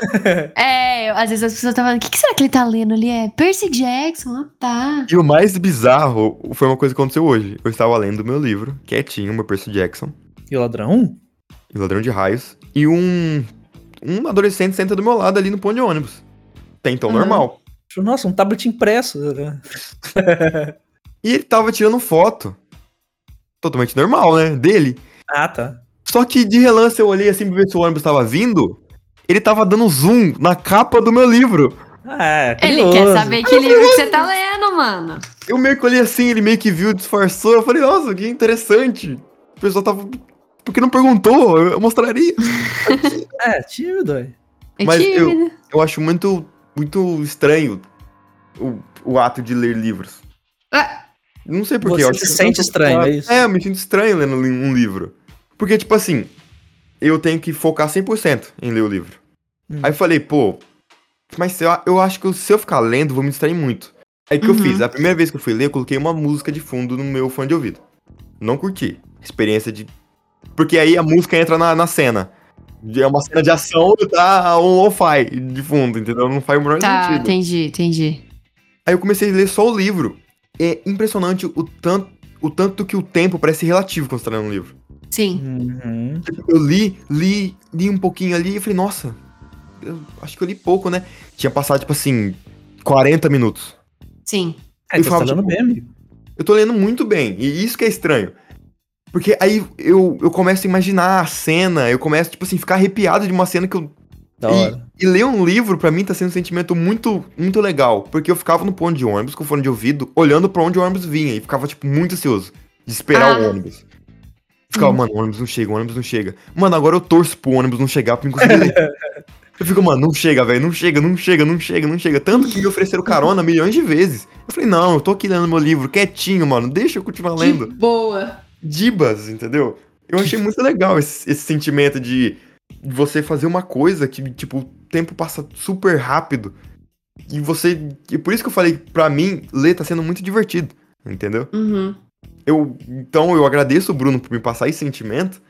É, às vezes as pessoas estão falando, o que, que será que ele tá lendo ali? É Percy Jackson, ah, tá.
E o mais bizarro foi uma coisa que aconteceu hoje. Eu estava lendo meu livro, quietinho, meu Percy Jackson,
E o ladrão?
e Ladrão de Raios, e um, um adolescente senta do meu lado ali no ponto de ônibus. Até então,
Uhum.
normal.
Nossa, um tablet impresso. né?
E ele tava tirando foto. Totalmente normal, né? Dele.
Ah, tá.
Só que de relance eu olhei assim pra ver se o ônibus tava vindo. Ele tava dando zoom na capa do meu livro.
Ah, é
Ele
curioso.
quer saber que livro que você tá lendo, mano.
Eu meio que olhei assim, ele meio que viu, disfarçou. Eu falei, nossa, que interessante. O pessoal tava. Por que não perguntou? Eu eu mostraria.
É, tímido, ué.
É
Mas eu-
tímido.
Eu acho muito, muito estranho o, o ato de ler livros.
Ah.
Não sei porquê.
Você se sente estranho, é isso?
É, eu me sinto estranho lendo li- um livro. Porque, tipo assim, eu tenho que focar 100% em ler o livro.
Hum.
Aí eu falei, pô, mas se eu, eu acho que se eu ficar lendo, eu vou me distrair muito. Aí o que
Uhum.
eu fiz? A primeira vez que eu fui ler, eu coloquei uma música de fundo no meu fone de ouvido. Não curti. Experiência de. Porque aí a música entra na, na cena. É uma cena de ação, tá um lo-fi de fundo, entendeu? Não faz o menor
Tá,
sentido.
entendi, entendi.
Aí eu comecei a ler só o livro. É impressionante o tanto, o tanto que o tempo parece relativo quando você tá lendo um livro.
Sim.
Uhum.
Eu li, li, li um pouquinho ali e falei, nossa, eu acho que eu li pouco, né? Tinha passado, tipo assim, 40 minutos.
Sim.
É,
Eu
então você tá
falo,
lendo
tipo,
bem, amigo.
Eu tô lendo muito bem, e isso que é estranho. Porque aí eu, eu começo a imaginar a cena, eu começo, tipo assim, ficar arrepiado de uma cena que eu.
Da
e-
hora.
E, ler um livro, pra mim, tá sendo um sentimento muito, muito legal. Porque eu ficava no ponto de ônibus, com fone de ouvido, olhando pra onde o ônibus vinha, e ficava, tipo, muito ansioso de esperar
Ah.
o ônibus. Ficava, mano, o ônibus não chega, o ônibus não chega. Mano, agora eu torço pro ônibus não chegar pra mim conseguir ler. Eu fico, mano, não chega, velho, não chega, não chega, não chega, não chega. Tanto que me ofereceram carona milhões de vezes. Eu falei, não, eu tô aqui lendo meu livro quietinho, mano, deixa eu continuar lendo.
Que boa.
Dibas, entendeu? Eu achei muito legal esse, esse sentimento de você fazer uma coisa que, tipo, o tempo passa super rápido. E você. E por isso que eu falei, pra mim, ler tá sendo muito divertido, entendeu?
Uhum.
Eu, então eu agradeço o Bruno por me passar esse sentimento.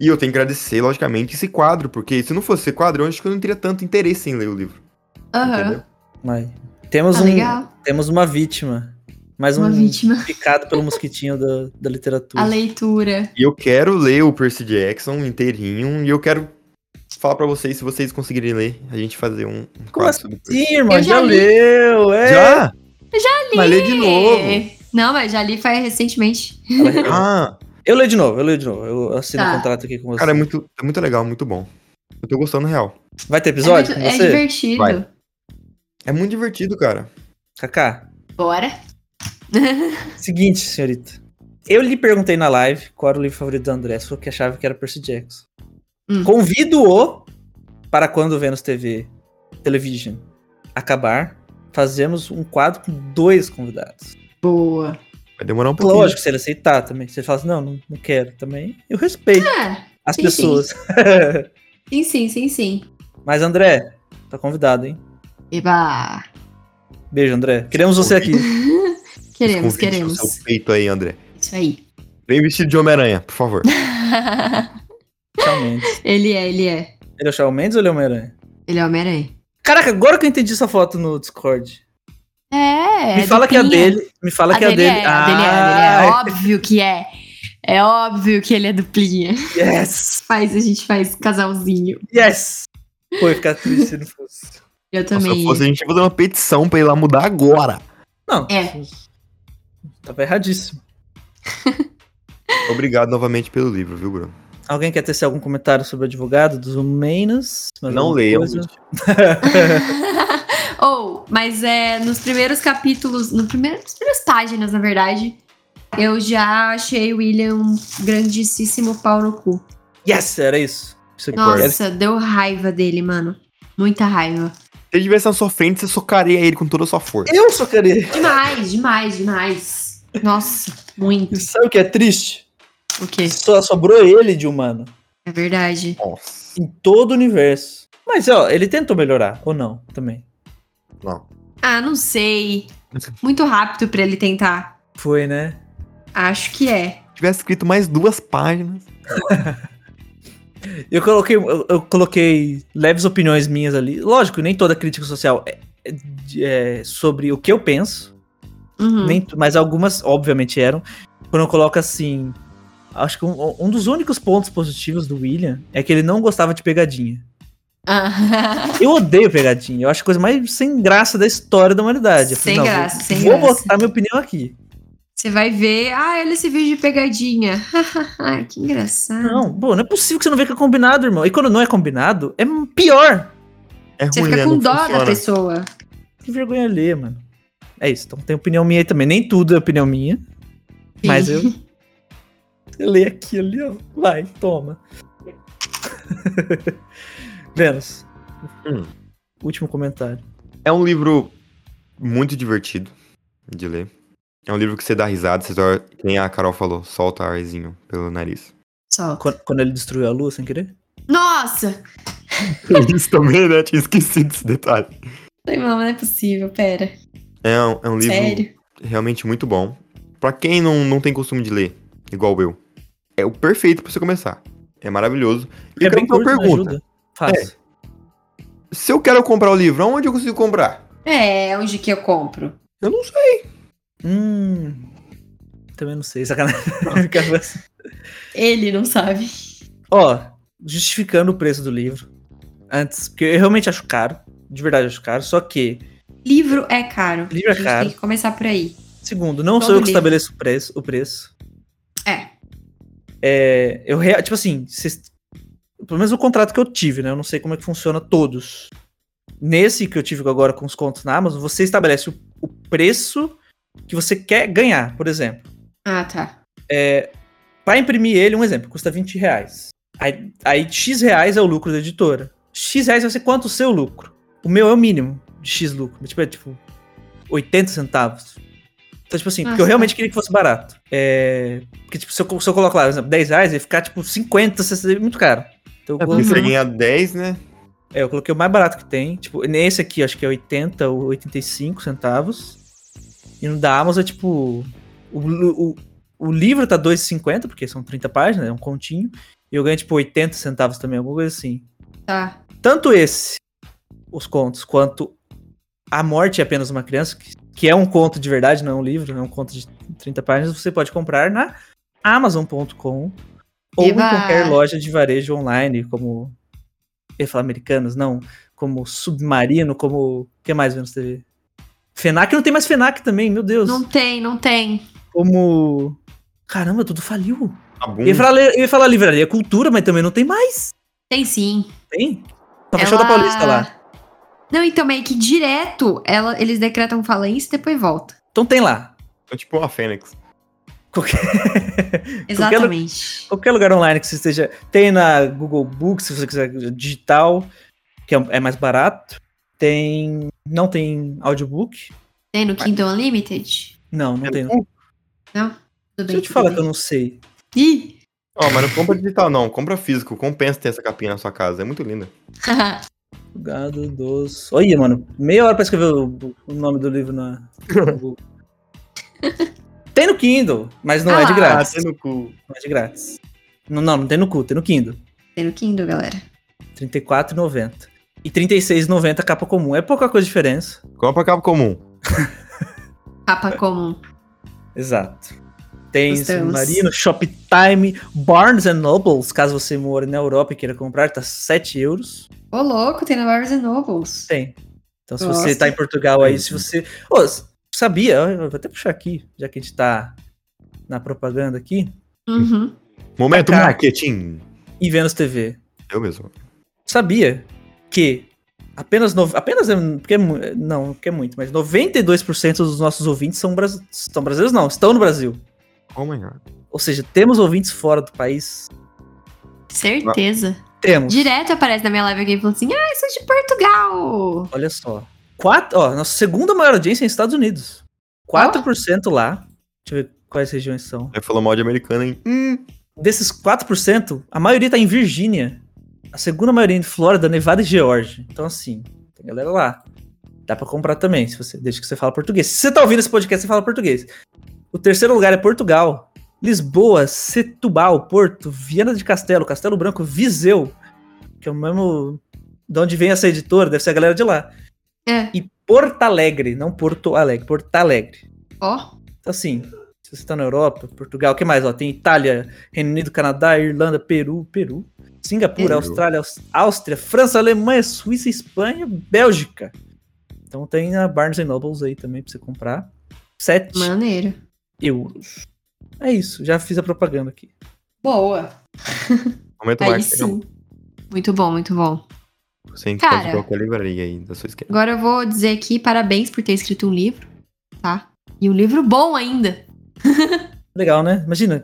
E eu tenho que agradecer, logicamente, esse quadro, porque se não fosse esse quadro, eu acho que eu não teria tanto interesse em ler o livro.
Aham.
Entendeu?
Mas temos,
Tá
um,
legal.
temos uma vítima. Mais
Uma
um
vítima.
picado pelo mosquitinho da, da literatura.
A leitura.
E eu quero ler o Percy Jackson inteirinho, e eu quero falar pra vocês, se vocês conseguirem ler, a gente fazer um, um
Como
quadro
assim,
sobre o Percy
irmã?
Eu já
Já,
li.
leu, é.
Já?
Já li.
Mas lê de novo.
É. Não, mas já li foi recentemente.
Ela-
Ah,
Eu leio de novo, eu leio de novo. Eu assino o
Tá.
contrato aqui com você.
cara, é muito, é muito legal, muito bom. Eu tô gostando real.
Vai ter
É,
episódio
muito-
com
é
você?
divertido.
Vai. É muito divertido, cara.
Kaká.
Bora.
Seguinte, senhorita. Eu lhe perguntei na live qual era o livro favorito do André, você falou que achava que era Percy Jackson.
Hum.
Convido-o para quando o Vênus TV, Television, acabar, fazemos um quadro com dois convidados.
Boa.
Vai demorar um pouquinho.
Lógico, se ele aceitar também. Se ele falar assim, não, não, não quero também, eu respeito
Ah,
as
sim,
pessoas.
sim, sim, sim, sim.
Mas, André, tá convidado, hein?
Eba.
Beijo, André. Queremos você aqui.
Queremos,
Convite no
queremos.
Seu peito aí, André.
Isso aí.
Vem vestido de Homem-Aranha, por favor.
Shawn Mendes.
ele é, ele é.
Ele é o Shawn Mendes ou ele é o Homem-Aranha?
Ele é o Homem-Aranha.
Caraca, agora que eu entendi essa foto no Discord.
É,
me
do
fala que é a
Pinha.
dele. Me fala
A
que é a
dele
dele. Ah,
é, a dele é, a dele é. Óbvio que é. É óbvio que ele é duplinha.
é. Yes!
Faz, a gente faz casalzinho.
Yes! Pô, ia ficar triste se não fosse.
Se eu
Eu também.
fosse, a gente ia fazer uma petição pra ir lá mudar agora.
Não.
É.
Tava erradíssimo.
Obrigado novamente pelo livro, viu, Bruno?
Alguém quer tecer algum comentário sobre o advogado dos Humanas? Mais
Não
alguma
leiam.
coisa?
gente.
Ou, mas é, nos primeiros capítulos, no primeiro, nas primeiras páginas, na verdade, eu já achei o William um grandíssimo pau no cu.
Yes! Era isso. Isso aqui.
Concordo.
Nossa, deu raiva dele, mano. Muita raiva.
Se ele tivesse na sua frente, você socaria ele com toda a sua força.
Eu só queria.
Demais, demais, demais. Nossa, muito.
E sabe o que é triste?
O quê?
Só sobrou ele de humano.
É verdade.
Nossa.
em todo o universo. Mas, ó, ele tentou melhorar, ou não, também.
Não.
Ah, não sei. Muito rápido pra ele tentar.
Foi, né?
Acho que é.
Se tivesse escrito mais duas páginas.
Eu coloquei, eu, eu coloquei leves opiniões minhas ali. Lógico, nem toda crítica social é, é de- é sobre o que eu penso,
Uhum.
nem tu- mas algumas, obviamente, eram. Quando eu coloco assim. Acho que um, um dos únicos pontos positivos do William é que ele não gostava de pegadinha.
Ah,
Eu odeio pegadinha. Eu acho a coisa mais sem graça da história da humanidade. Eu
Sem
não, vou-
graça, sem
vou
graça.
botar minha opinião aqui.
Você vai ver. Ah, olha esse vídeo de pegadinha. Ai, que engraçado.
Não, pô, não é possível que você não veja que é combinado, irmão. E quando não é combinado, é pior.
É
Você
ruim,
fica
né?
com
Não
dó
funciona.
da pessoa.
Que vergonha ler, mano. É isso, então tem opinião minha aí também. Nem tudo é opinião minha. Mas eu. Eu leio aqui ali, ó. Vai, toma. Vênus.
Hum.
Último comentário.
É um livro muito divertido de ler. É um livro que você dá risada, você só, nem a Carol falou, solta arzinho pelo nariz.
Só.
Quando, quando ele destruiu a lua sem querer?
Nossa!
Isso também, né? Tinha esquecido esse detalhe.
Falei, mano, não é possível, pera.
É um, é um livro
Sério.
realmente muito bom. Pra quem não, não tem costume de ler, igual eu, é o perfeito pra você começar. É né? maravilhoso. E eu quero fazer uma
curto,
pergunta.
ajuda. Fácil.
Se eu quero comprar o livro, onde eu consigo comprar?
É, onde que eu compro?
Eu não sei. É.
Hum. Também não sei, sacanagem.
Ele não sabe.
Ó, justificando o preço do livro. Antes, porque eu realmente acho caro. De verdade, acho caro. Só que,
Livro é caro.
Livro é
A gente
caro.
Tem que começar por aí.
segundo, não
Todo
sou eu que
livro.
estabeleço o preço. O preço.
É.
É, eu rea- Tipo assim, vocês- pelo menos o contrato que eu tive, né? Eu não sei como é que funciona todos. Nesse que eu tive agora com os contos na Amazon, você estabelece o, o preço que você quer ganhar, por exemplo.
Ah, tá.
Pra imprimir ele, um exemplo, custa 20 reais. Aí, aí X reais é o lucro da editora. X reais vai ser quanto o seu lucro? O meu é o mínimo de X lucro. Tipo, é tipo 80 centavos. Então, tipo assim, porque eu
Nossa.
realmente queria que fosse barato. É. Porque, tipo, se eu, se eu colocar lá, por exemplo, 10 reais, ia ficar tipo 50, 60, muito caro. Então, eu
É porque
coloquei-
você ganha 10, né?
é, eu coloquei o mais barato que tem. Tipo, nesse aqui, acho que é 80 ou 85 centavos. E no da Amazon é tipo. O, o, o livro tá 2,50, porque são 30 páginas, é um continho. E eu ganho tipo 80 centavos também, alguma coisa assim.
Tá.
Tanto esse, os contos, quanto A Morte é apenas uma criança, que, que é um conto de verdade, não é um livro, é um conto de 30 páginas, você pode comprar na Amazon.com ou
Eba!
em qualquer loja de varejo online, como. Eu ia falar americanos, não. Como Submarino, como. O que mais vemos TV? FENAC não tem mais FENAC também, meu Deus.
Não tem, não tem.
Como. Caramba, tudo faliu.
A
Eu ia, falar, eu ia falar livraria cultura, mas também não tem mais.
Tem sim.
Tem? Tá fechada a
Ela-
Paulista lá.
Não, então meio que direto ela, eles decretam falência e depois volta.
Então tem lá.
É tipo uma fênix.
Exatamente.
Qualquer lugar online que você esteja. Tem na Google Books, se você quiser digital, que é, é mais barato. Tem. Não tem audiobook?
Tem no Kindle Unlimited?
Não,
É
não tem.
Tudo
Deixa
bem.
eu te falar que eu
tudo
não sei.
bem. Ih!
Ó, mas não compra digital, não. Compra físico. Compensa ter essa capinha na sua casa. É muito linda.
Gado dos. Olha, mano, meia hora pra escrever o, o nome do livro na no Google. tem no Kindle, mas não é de
Ah,
Ah,
grátis.
tem no cu.
Não é de grátis. Não, não, não tem no cu, tem no Kindle.
Tem no Kindle, galera.
R$ 34,90. E R$ 36,90 capa comum. É pouca coisa de diferença.
Compra cabo comum.
Capa comum.
Exato. Tem
Gostamos.
Submarino, Shoptime, Barnes Nobles, caso você mora na Europa e queira comprar, tá 7 euros.
Ô, louco, tem na Barnes Nobles.
Tem. Então se
Nossa.
você tá em Portugal aí, se você... Ô, s- sabia, eu vou até puxar aqui, já que a gente tá na propaganda aqui,
Uhum.
Momento
Caraca.
marketing.
e Vênus TV.
Eu mesmo.
Sabia que apenas... No... Apenas... é- Porque é mu- Não, porque é muito, mas 92% dos nossos ouvintes são, bras... são brasileiros, não, estão no Brasil.
Oh my god.
Ou seja, temos ouvintes fora do país.
Certeza.
Temos.
Direto aparece na minha live alguém falando assim: Ah, isso é de Portugal!
Olha só. Quatro, ó, nossa segunda maior audiência é nos Estados Unidos. 4% lá. Deixa eu ver quais regiões são.
Ele falou mal de americano, hein? Hum.
Desses 4%, a maioria tá em Virgínia. A segunda maioria em Flórida, Nevada e Geórgia. Então, assim, tem galera lá. Dá pra comprar também, se você, desde que você fala português. Se você tá ouvindo esse podcast, você fala português. O terceiro lugar é Portugal. Lisboa, Setúbal, Porto, Viana de Castelo, Castelo Branco, Viseu. Que é o mesmo... De onde vem essa editora, deve ser a galera de lá.
É.
e Porto Alegre, não Porto Alegre, Porto Alegre.
Ó.
Então, assim, se você tá na Europa, Portugal, o que mais? Ó, tem Itália, Reino Unido, Canadá, Irlanda, Peru, Peru,
Peru.
Singapura, Austrália, Aus- Áustria, França, Alemanha, Suíça, Espanha, Bélgica. Então tem a Barnes Nobles aí também pra você comprar. 7
Maneiro.
euros. É isso, já fiz a propaganda aqui.
Boa.
Momento
Aí
marketing.
sim. Muito bom, muito bom.
Você
Cara.
encontra qualquer livraria aí da sua esquerda.
Agora eu vou dizer aqui parabéns por ter escrito um livro, tá? E um livro bom ainda.
Legal, né? Imagina,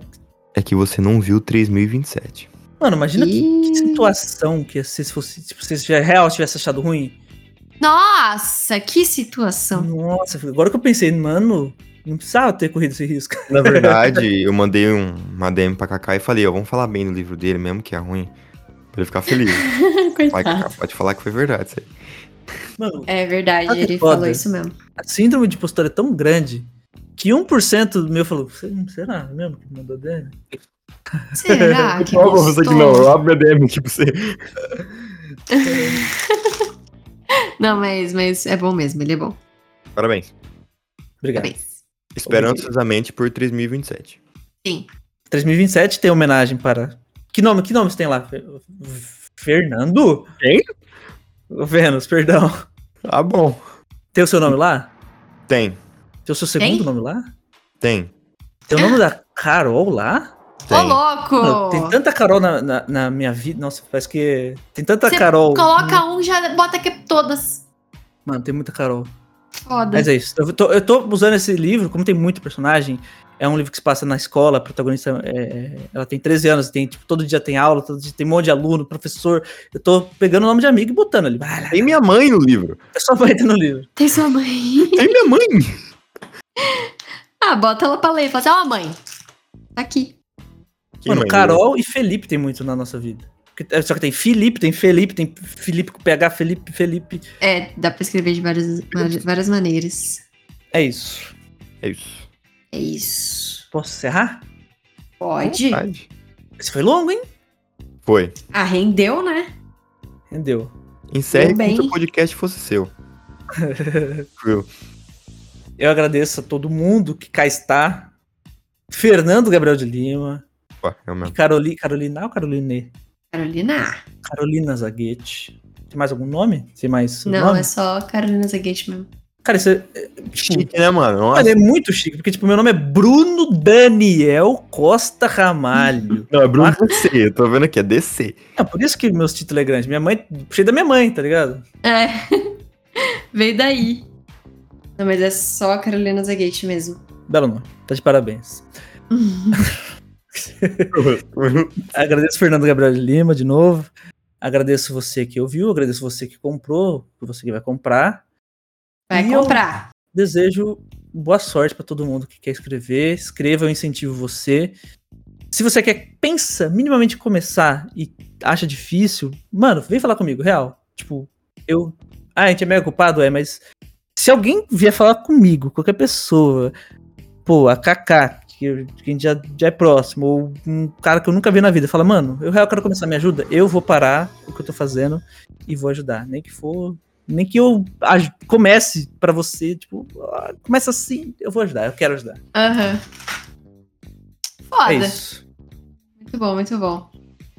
É que você não viu 3027.
mano, imagina que, que
Ih.
situação que ia ser se fosse, tipo, se você real tivesse achado ruim.
Nossa, que situação.
Nossa, agora que eu pensei, mano, não precisava ter corrido esse risco.
Na verdade, eu mandei um, uma DM pra Kaká e falei, ó, vamos falar bem do livro dele, mesmo que é ruim, pra ele ficar feliz. Vai, Kaká, pode falar que foi verdade isso aí.
Mano,
É
Ah,
verdade,
que
ele
foda.
falou isso mesmo.
a síndrome de postura é tão grande que 1% do meu falou, "Você- será mesmo que mandou dele?
Será Ah, que
você que não,
gostou?
abre minha DM, tipo, você...
Não, mas, mas é bom mesmo, ele é bom.
Parabéns.
Obrigado.
Parabéns.
Esperançosamente por 3027.
Sim.
2027 tem homenagem para. Que nome, que nome você tem lá? Fe- F- Fernando?
Quem?
O Vênus, perdão.
Ah, bom.
Tem o seu nome lá?
Tem,
Tem o seu segundo
Tem?
nome lá?
tem.
Tem o nome da Carol lá?
tem.
Ô, louco!
Mano,
Oh.
tem tanta Carol na, na, na minha vida. Nossa, parece que. Tem tanta
Você
Carol.
Coloca um, já bota que todas.
Mano, tem muita Carol.
Foda.
Mas é isso. Eu tô, eu tô usando esse livro, como tem muito personagem, é um livro que se passa na escola, a protagonista é, é- ela tem 13 anos, tem, tipo, todo dia tem aula, todo dia tem um monte de aluno, professor. Eu tô pegando o nome de amigo e botando ali. Ah, lá,
Tem minha mãe no livro.
é só vai no livro.
Tem sua mãe.
Tem minha mãe.
Ah, bota ela pra ler. Fala assim, ó, mãe. Tá aqui.
Que
Mano,
mãe,
Carol e Felipe tem muito na nossa vida. Porque- é, Só que tem Felipe, tem Felipe, tem Felipe com PH, Felipe, Felipe.
É, dá pra escrever de várias, várias, várias maneiras.
É isso.
É isso.
É isso.
Posso encerrar?
Pode.
Verdade.
Esse foi longo, hein?
Foi.
Ah, rendeu, né?
Entendeu?
Encerre
Tudo
como
bem.
se o podcast fosse seu. Viu?
Eu agradeço a todo mundo que cá está. Fernando Gabriel de Lima,
Pô, é o mesmo.
Carolina, Carolina ou Caroline?
Carolina.
Carolina Zaguete. Tem mais algum nome? Tem mais
Não,
nome?
é só Carolina Zaguete mesmo.
Cara, isso é, é, tipo,
Chique, né, mano? Nossa.
mano, é muito chique, porque tipo, meu nome é Bruno Daniel Costa Ramalho.
Não, é Bruno DC. Eu tô vendo aqui, é DC.
É por isso que meus títulos é grande. Minha mãe, puxei da minha mãe, tá ligado?
É. Veio daí. Não, mas é só Carolina Zaguete mesmo.
Belo nome. Tá de parabéns. Agradeço Fernando Gabriel de Lima de novo. Agradeço você que ouviu, agradeço você que comprou, você que vai comprar.
Vai
E eu-
comprar.
Desejo boa sorte pra todo mundo que quer escrever. Escreva, eu incentivo você. Se você quer, pensa minimamente em começar e acha difícil, mano, vem falar comigo, real. Tipo, eu. Ah, a gente é meio ocupado, é, mas. Se alguém vier falar comigo, qualquer pessoa, pô, a Kaká, que, eu- que a gente já, já é próximo, ou um cara que eu nunca vi na vida, fala, mano, eu real quero começar, me ajuda, eu vou parar o que eu tô fazendo e vou ajudar. Nem que for nem que eu aj- comece pra você, tipo, ah, começa assim, eu vou ajudar, eu quero ajudar.
Aham. Foda.
É isso.
muito bom, muito bom.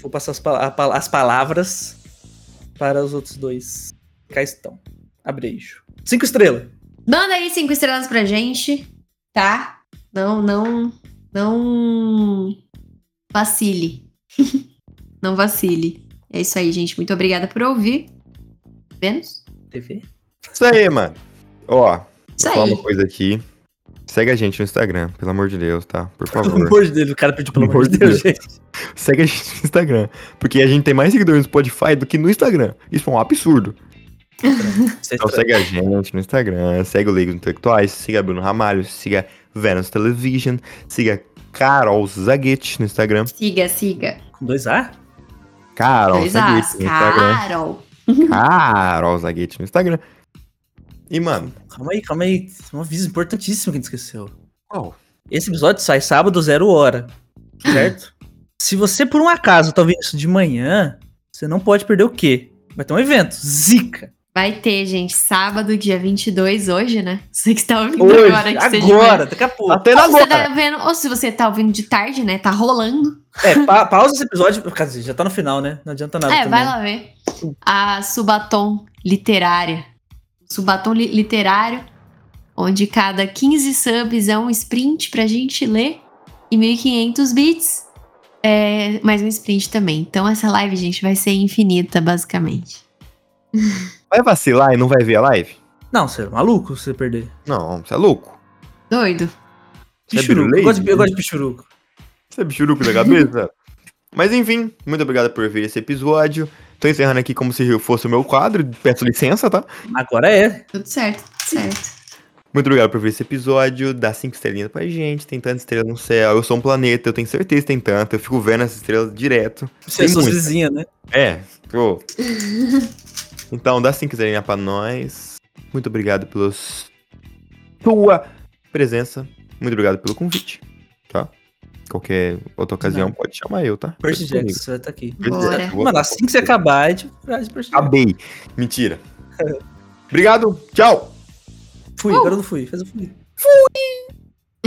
Vou passar as, pala- a pala- as palavras para os outros dois. Cá estão. Abreijo. Cinco estrelas.
Manda aí cinco estrelas pra gente, tá? Não, não, não vacile. não vacile. É isso aí, gente. Muito obrigada por ouvir. Tá Menos?
TV?
Isso aí, mano. Ó,
Isso
vou falar
aí.
uma coisa aqui. Segue a gente no Instagram, pelo amor de Deus, tá? Por
Pelo
favor.
amor de Deus, o cara pediu pelo amor de Deus, gente.
Segue a gente no Instagram. Porque a gente tem mais seguidores no Spotify do que no Instagram. Isso é um absurdo.
Isso é
Então
estranho.
segue a gente no Instagram, segue o Leigos Intelectuais, siga Bruno Ramalho, siga Venus Television, siga Carol Zaguete no Instagram.
Siga, siga.
Com dois A?
Carol
Dois As.
Zaguete no Instagram.
Carol.
Carol Zaguete no Instagram. E, mano,
Calma aí, calma aí. Um aviso importantíssimo que a gente esqueceu.
qual?
Esse episódio sai sábado, zero hora. Certo? Se você, por um acaso, tá ouvindo isso de manhã, você não pode perder o quê? Vai ter um evento. Zica.
Vai ter, gente, sábado, dia 22, hoje, né? Você que está ouvindo
Hoje,
agora. Que seja
agora, daqui a pouco.
Até na
Ou, você
agora.
tá vendo, ou se você tá ouvindo de tarde, né? Tá rolando.
É, pa- pausa esse episódio. Quer dizer, já tá no final, né? Não adianta nada.
é,
também.
vai lá ver. A Subatom Literária. Subatom li- Literário, onde cada 15 subs é um sprint pra gente ler e 1.500 bits. É, mais um sprint também. Então essa live, gente, vai ser infinita, basicamente.
Vai vacilar e não vai ver a live?
Não, você é maluco se você perder.
Não, você é louco?
Doido.
Você é
Pichuruco. eu,
Biruleibe?
gosto de, eu gosto de pichuruco.
Você é bichuruco da cabeça? Mas enfim, muito obrigado por ver esse episódio. Tô encerrando aqui como se fosse o meu quadro, peço licença, tá?
Agora é.
Tudo certo, tudo certo.
Muito obrigado por ver esse episódio. Dá cinco estrelinhas pra gente. Tem tanta estrela no céu. Eu sou um planeta, eu tenho certeza que tem tanta. Eu fico vendo essas estrelas direto.
Você é sua
muito.
vizinha, né?
É, pô. então, dá cinco estrelinhas pra nós. Muito obrigado pela sua presença. Muito obrigado pelo convite, tá? Qualquer outra ocasião pode chamar eu, tá?
Percy
Eu tô comigo.
Jackson, você vai estar aqui.
Percy
Bora.
Jackson, vou
Mano,
falar
assim que você
com você.
acabar, a gente traz Percy Jackson.
Acabei. Mentira. obrigado, tchau!
Fui,
Uh.
agora eu não fui. Fez eu fui.
Fui!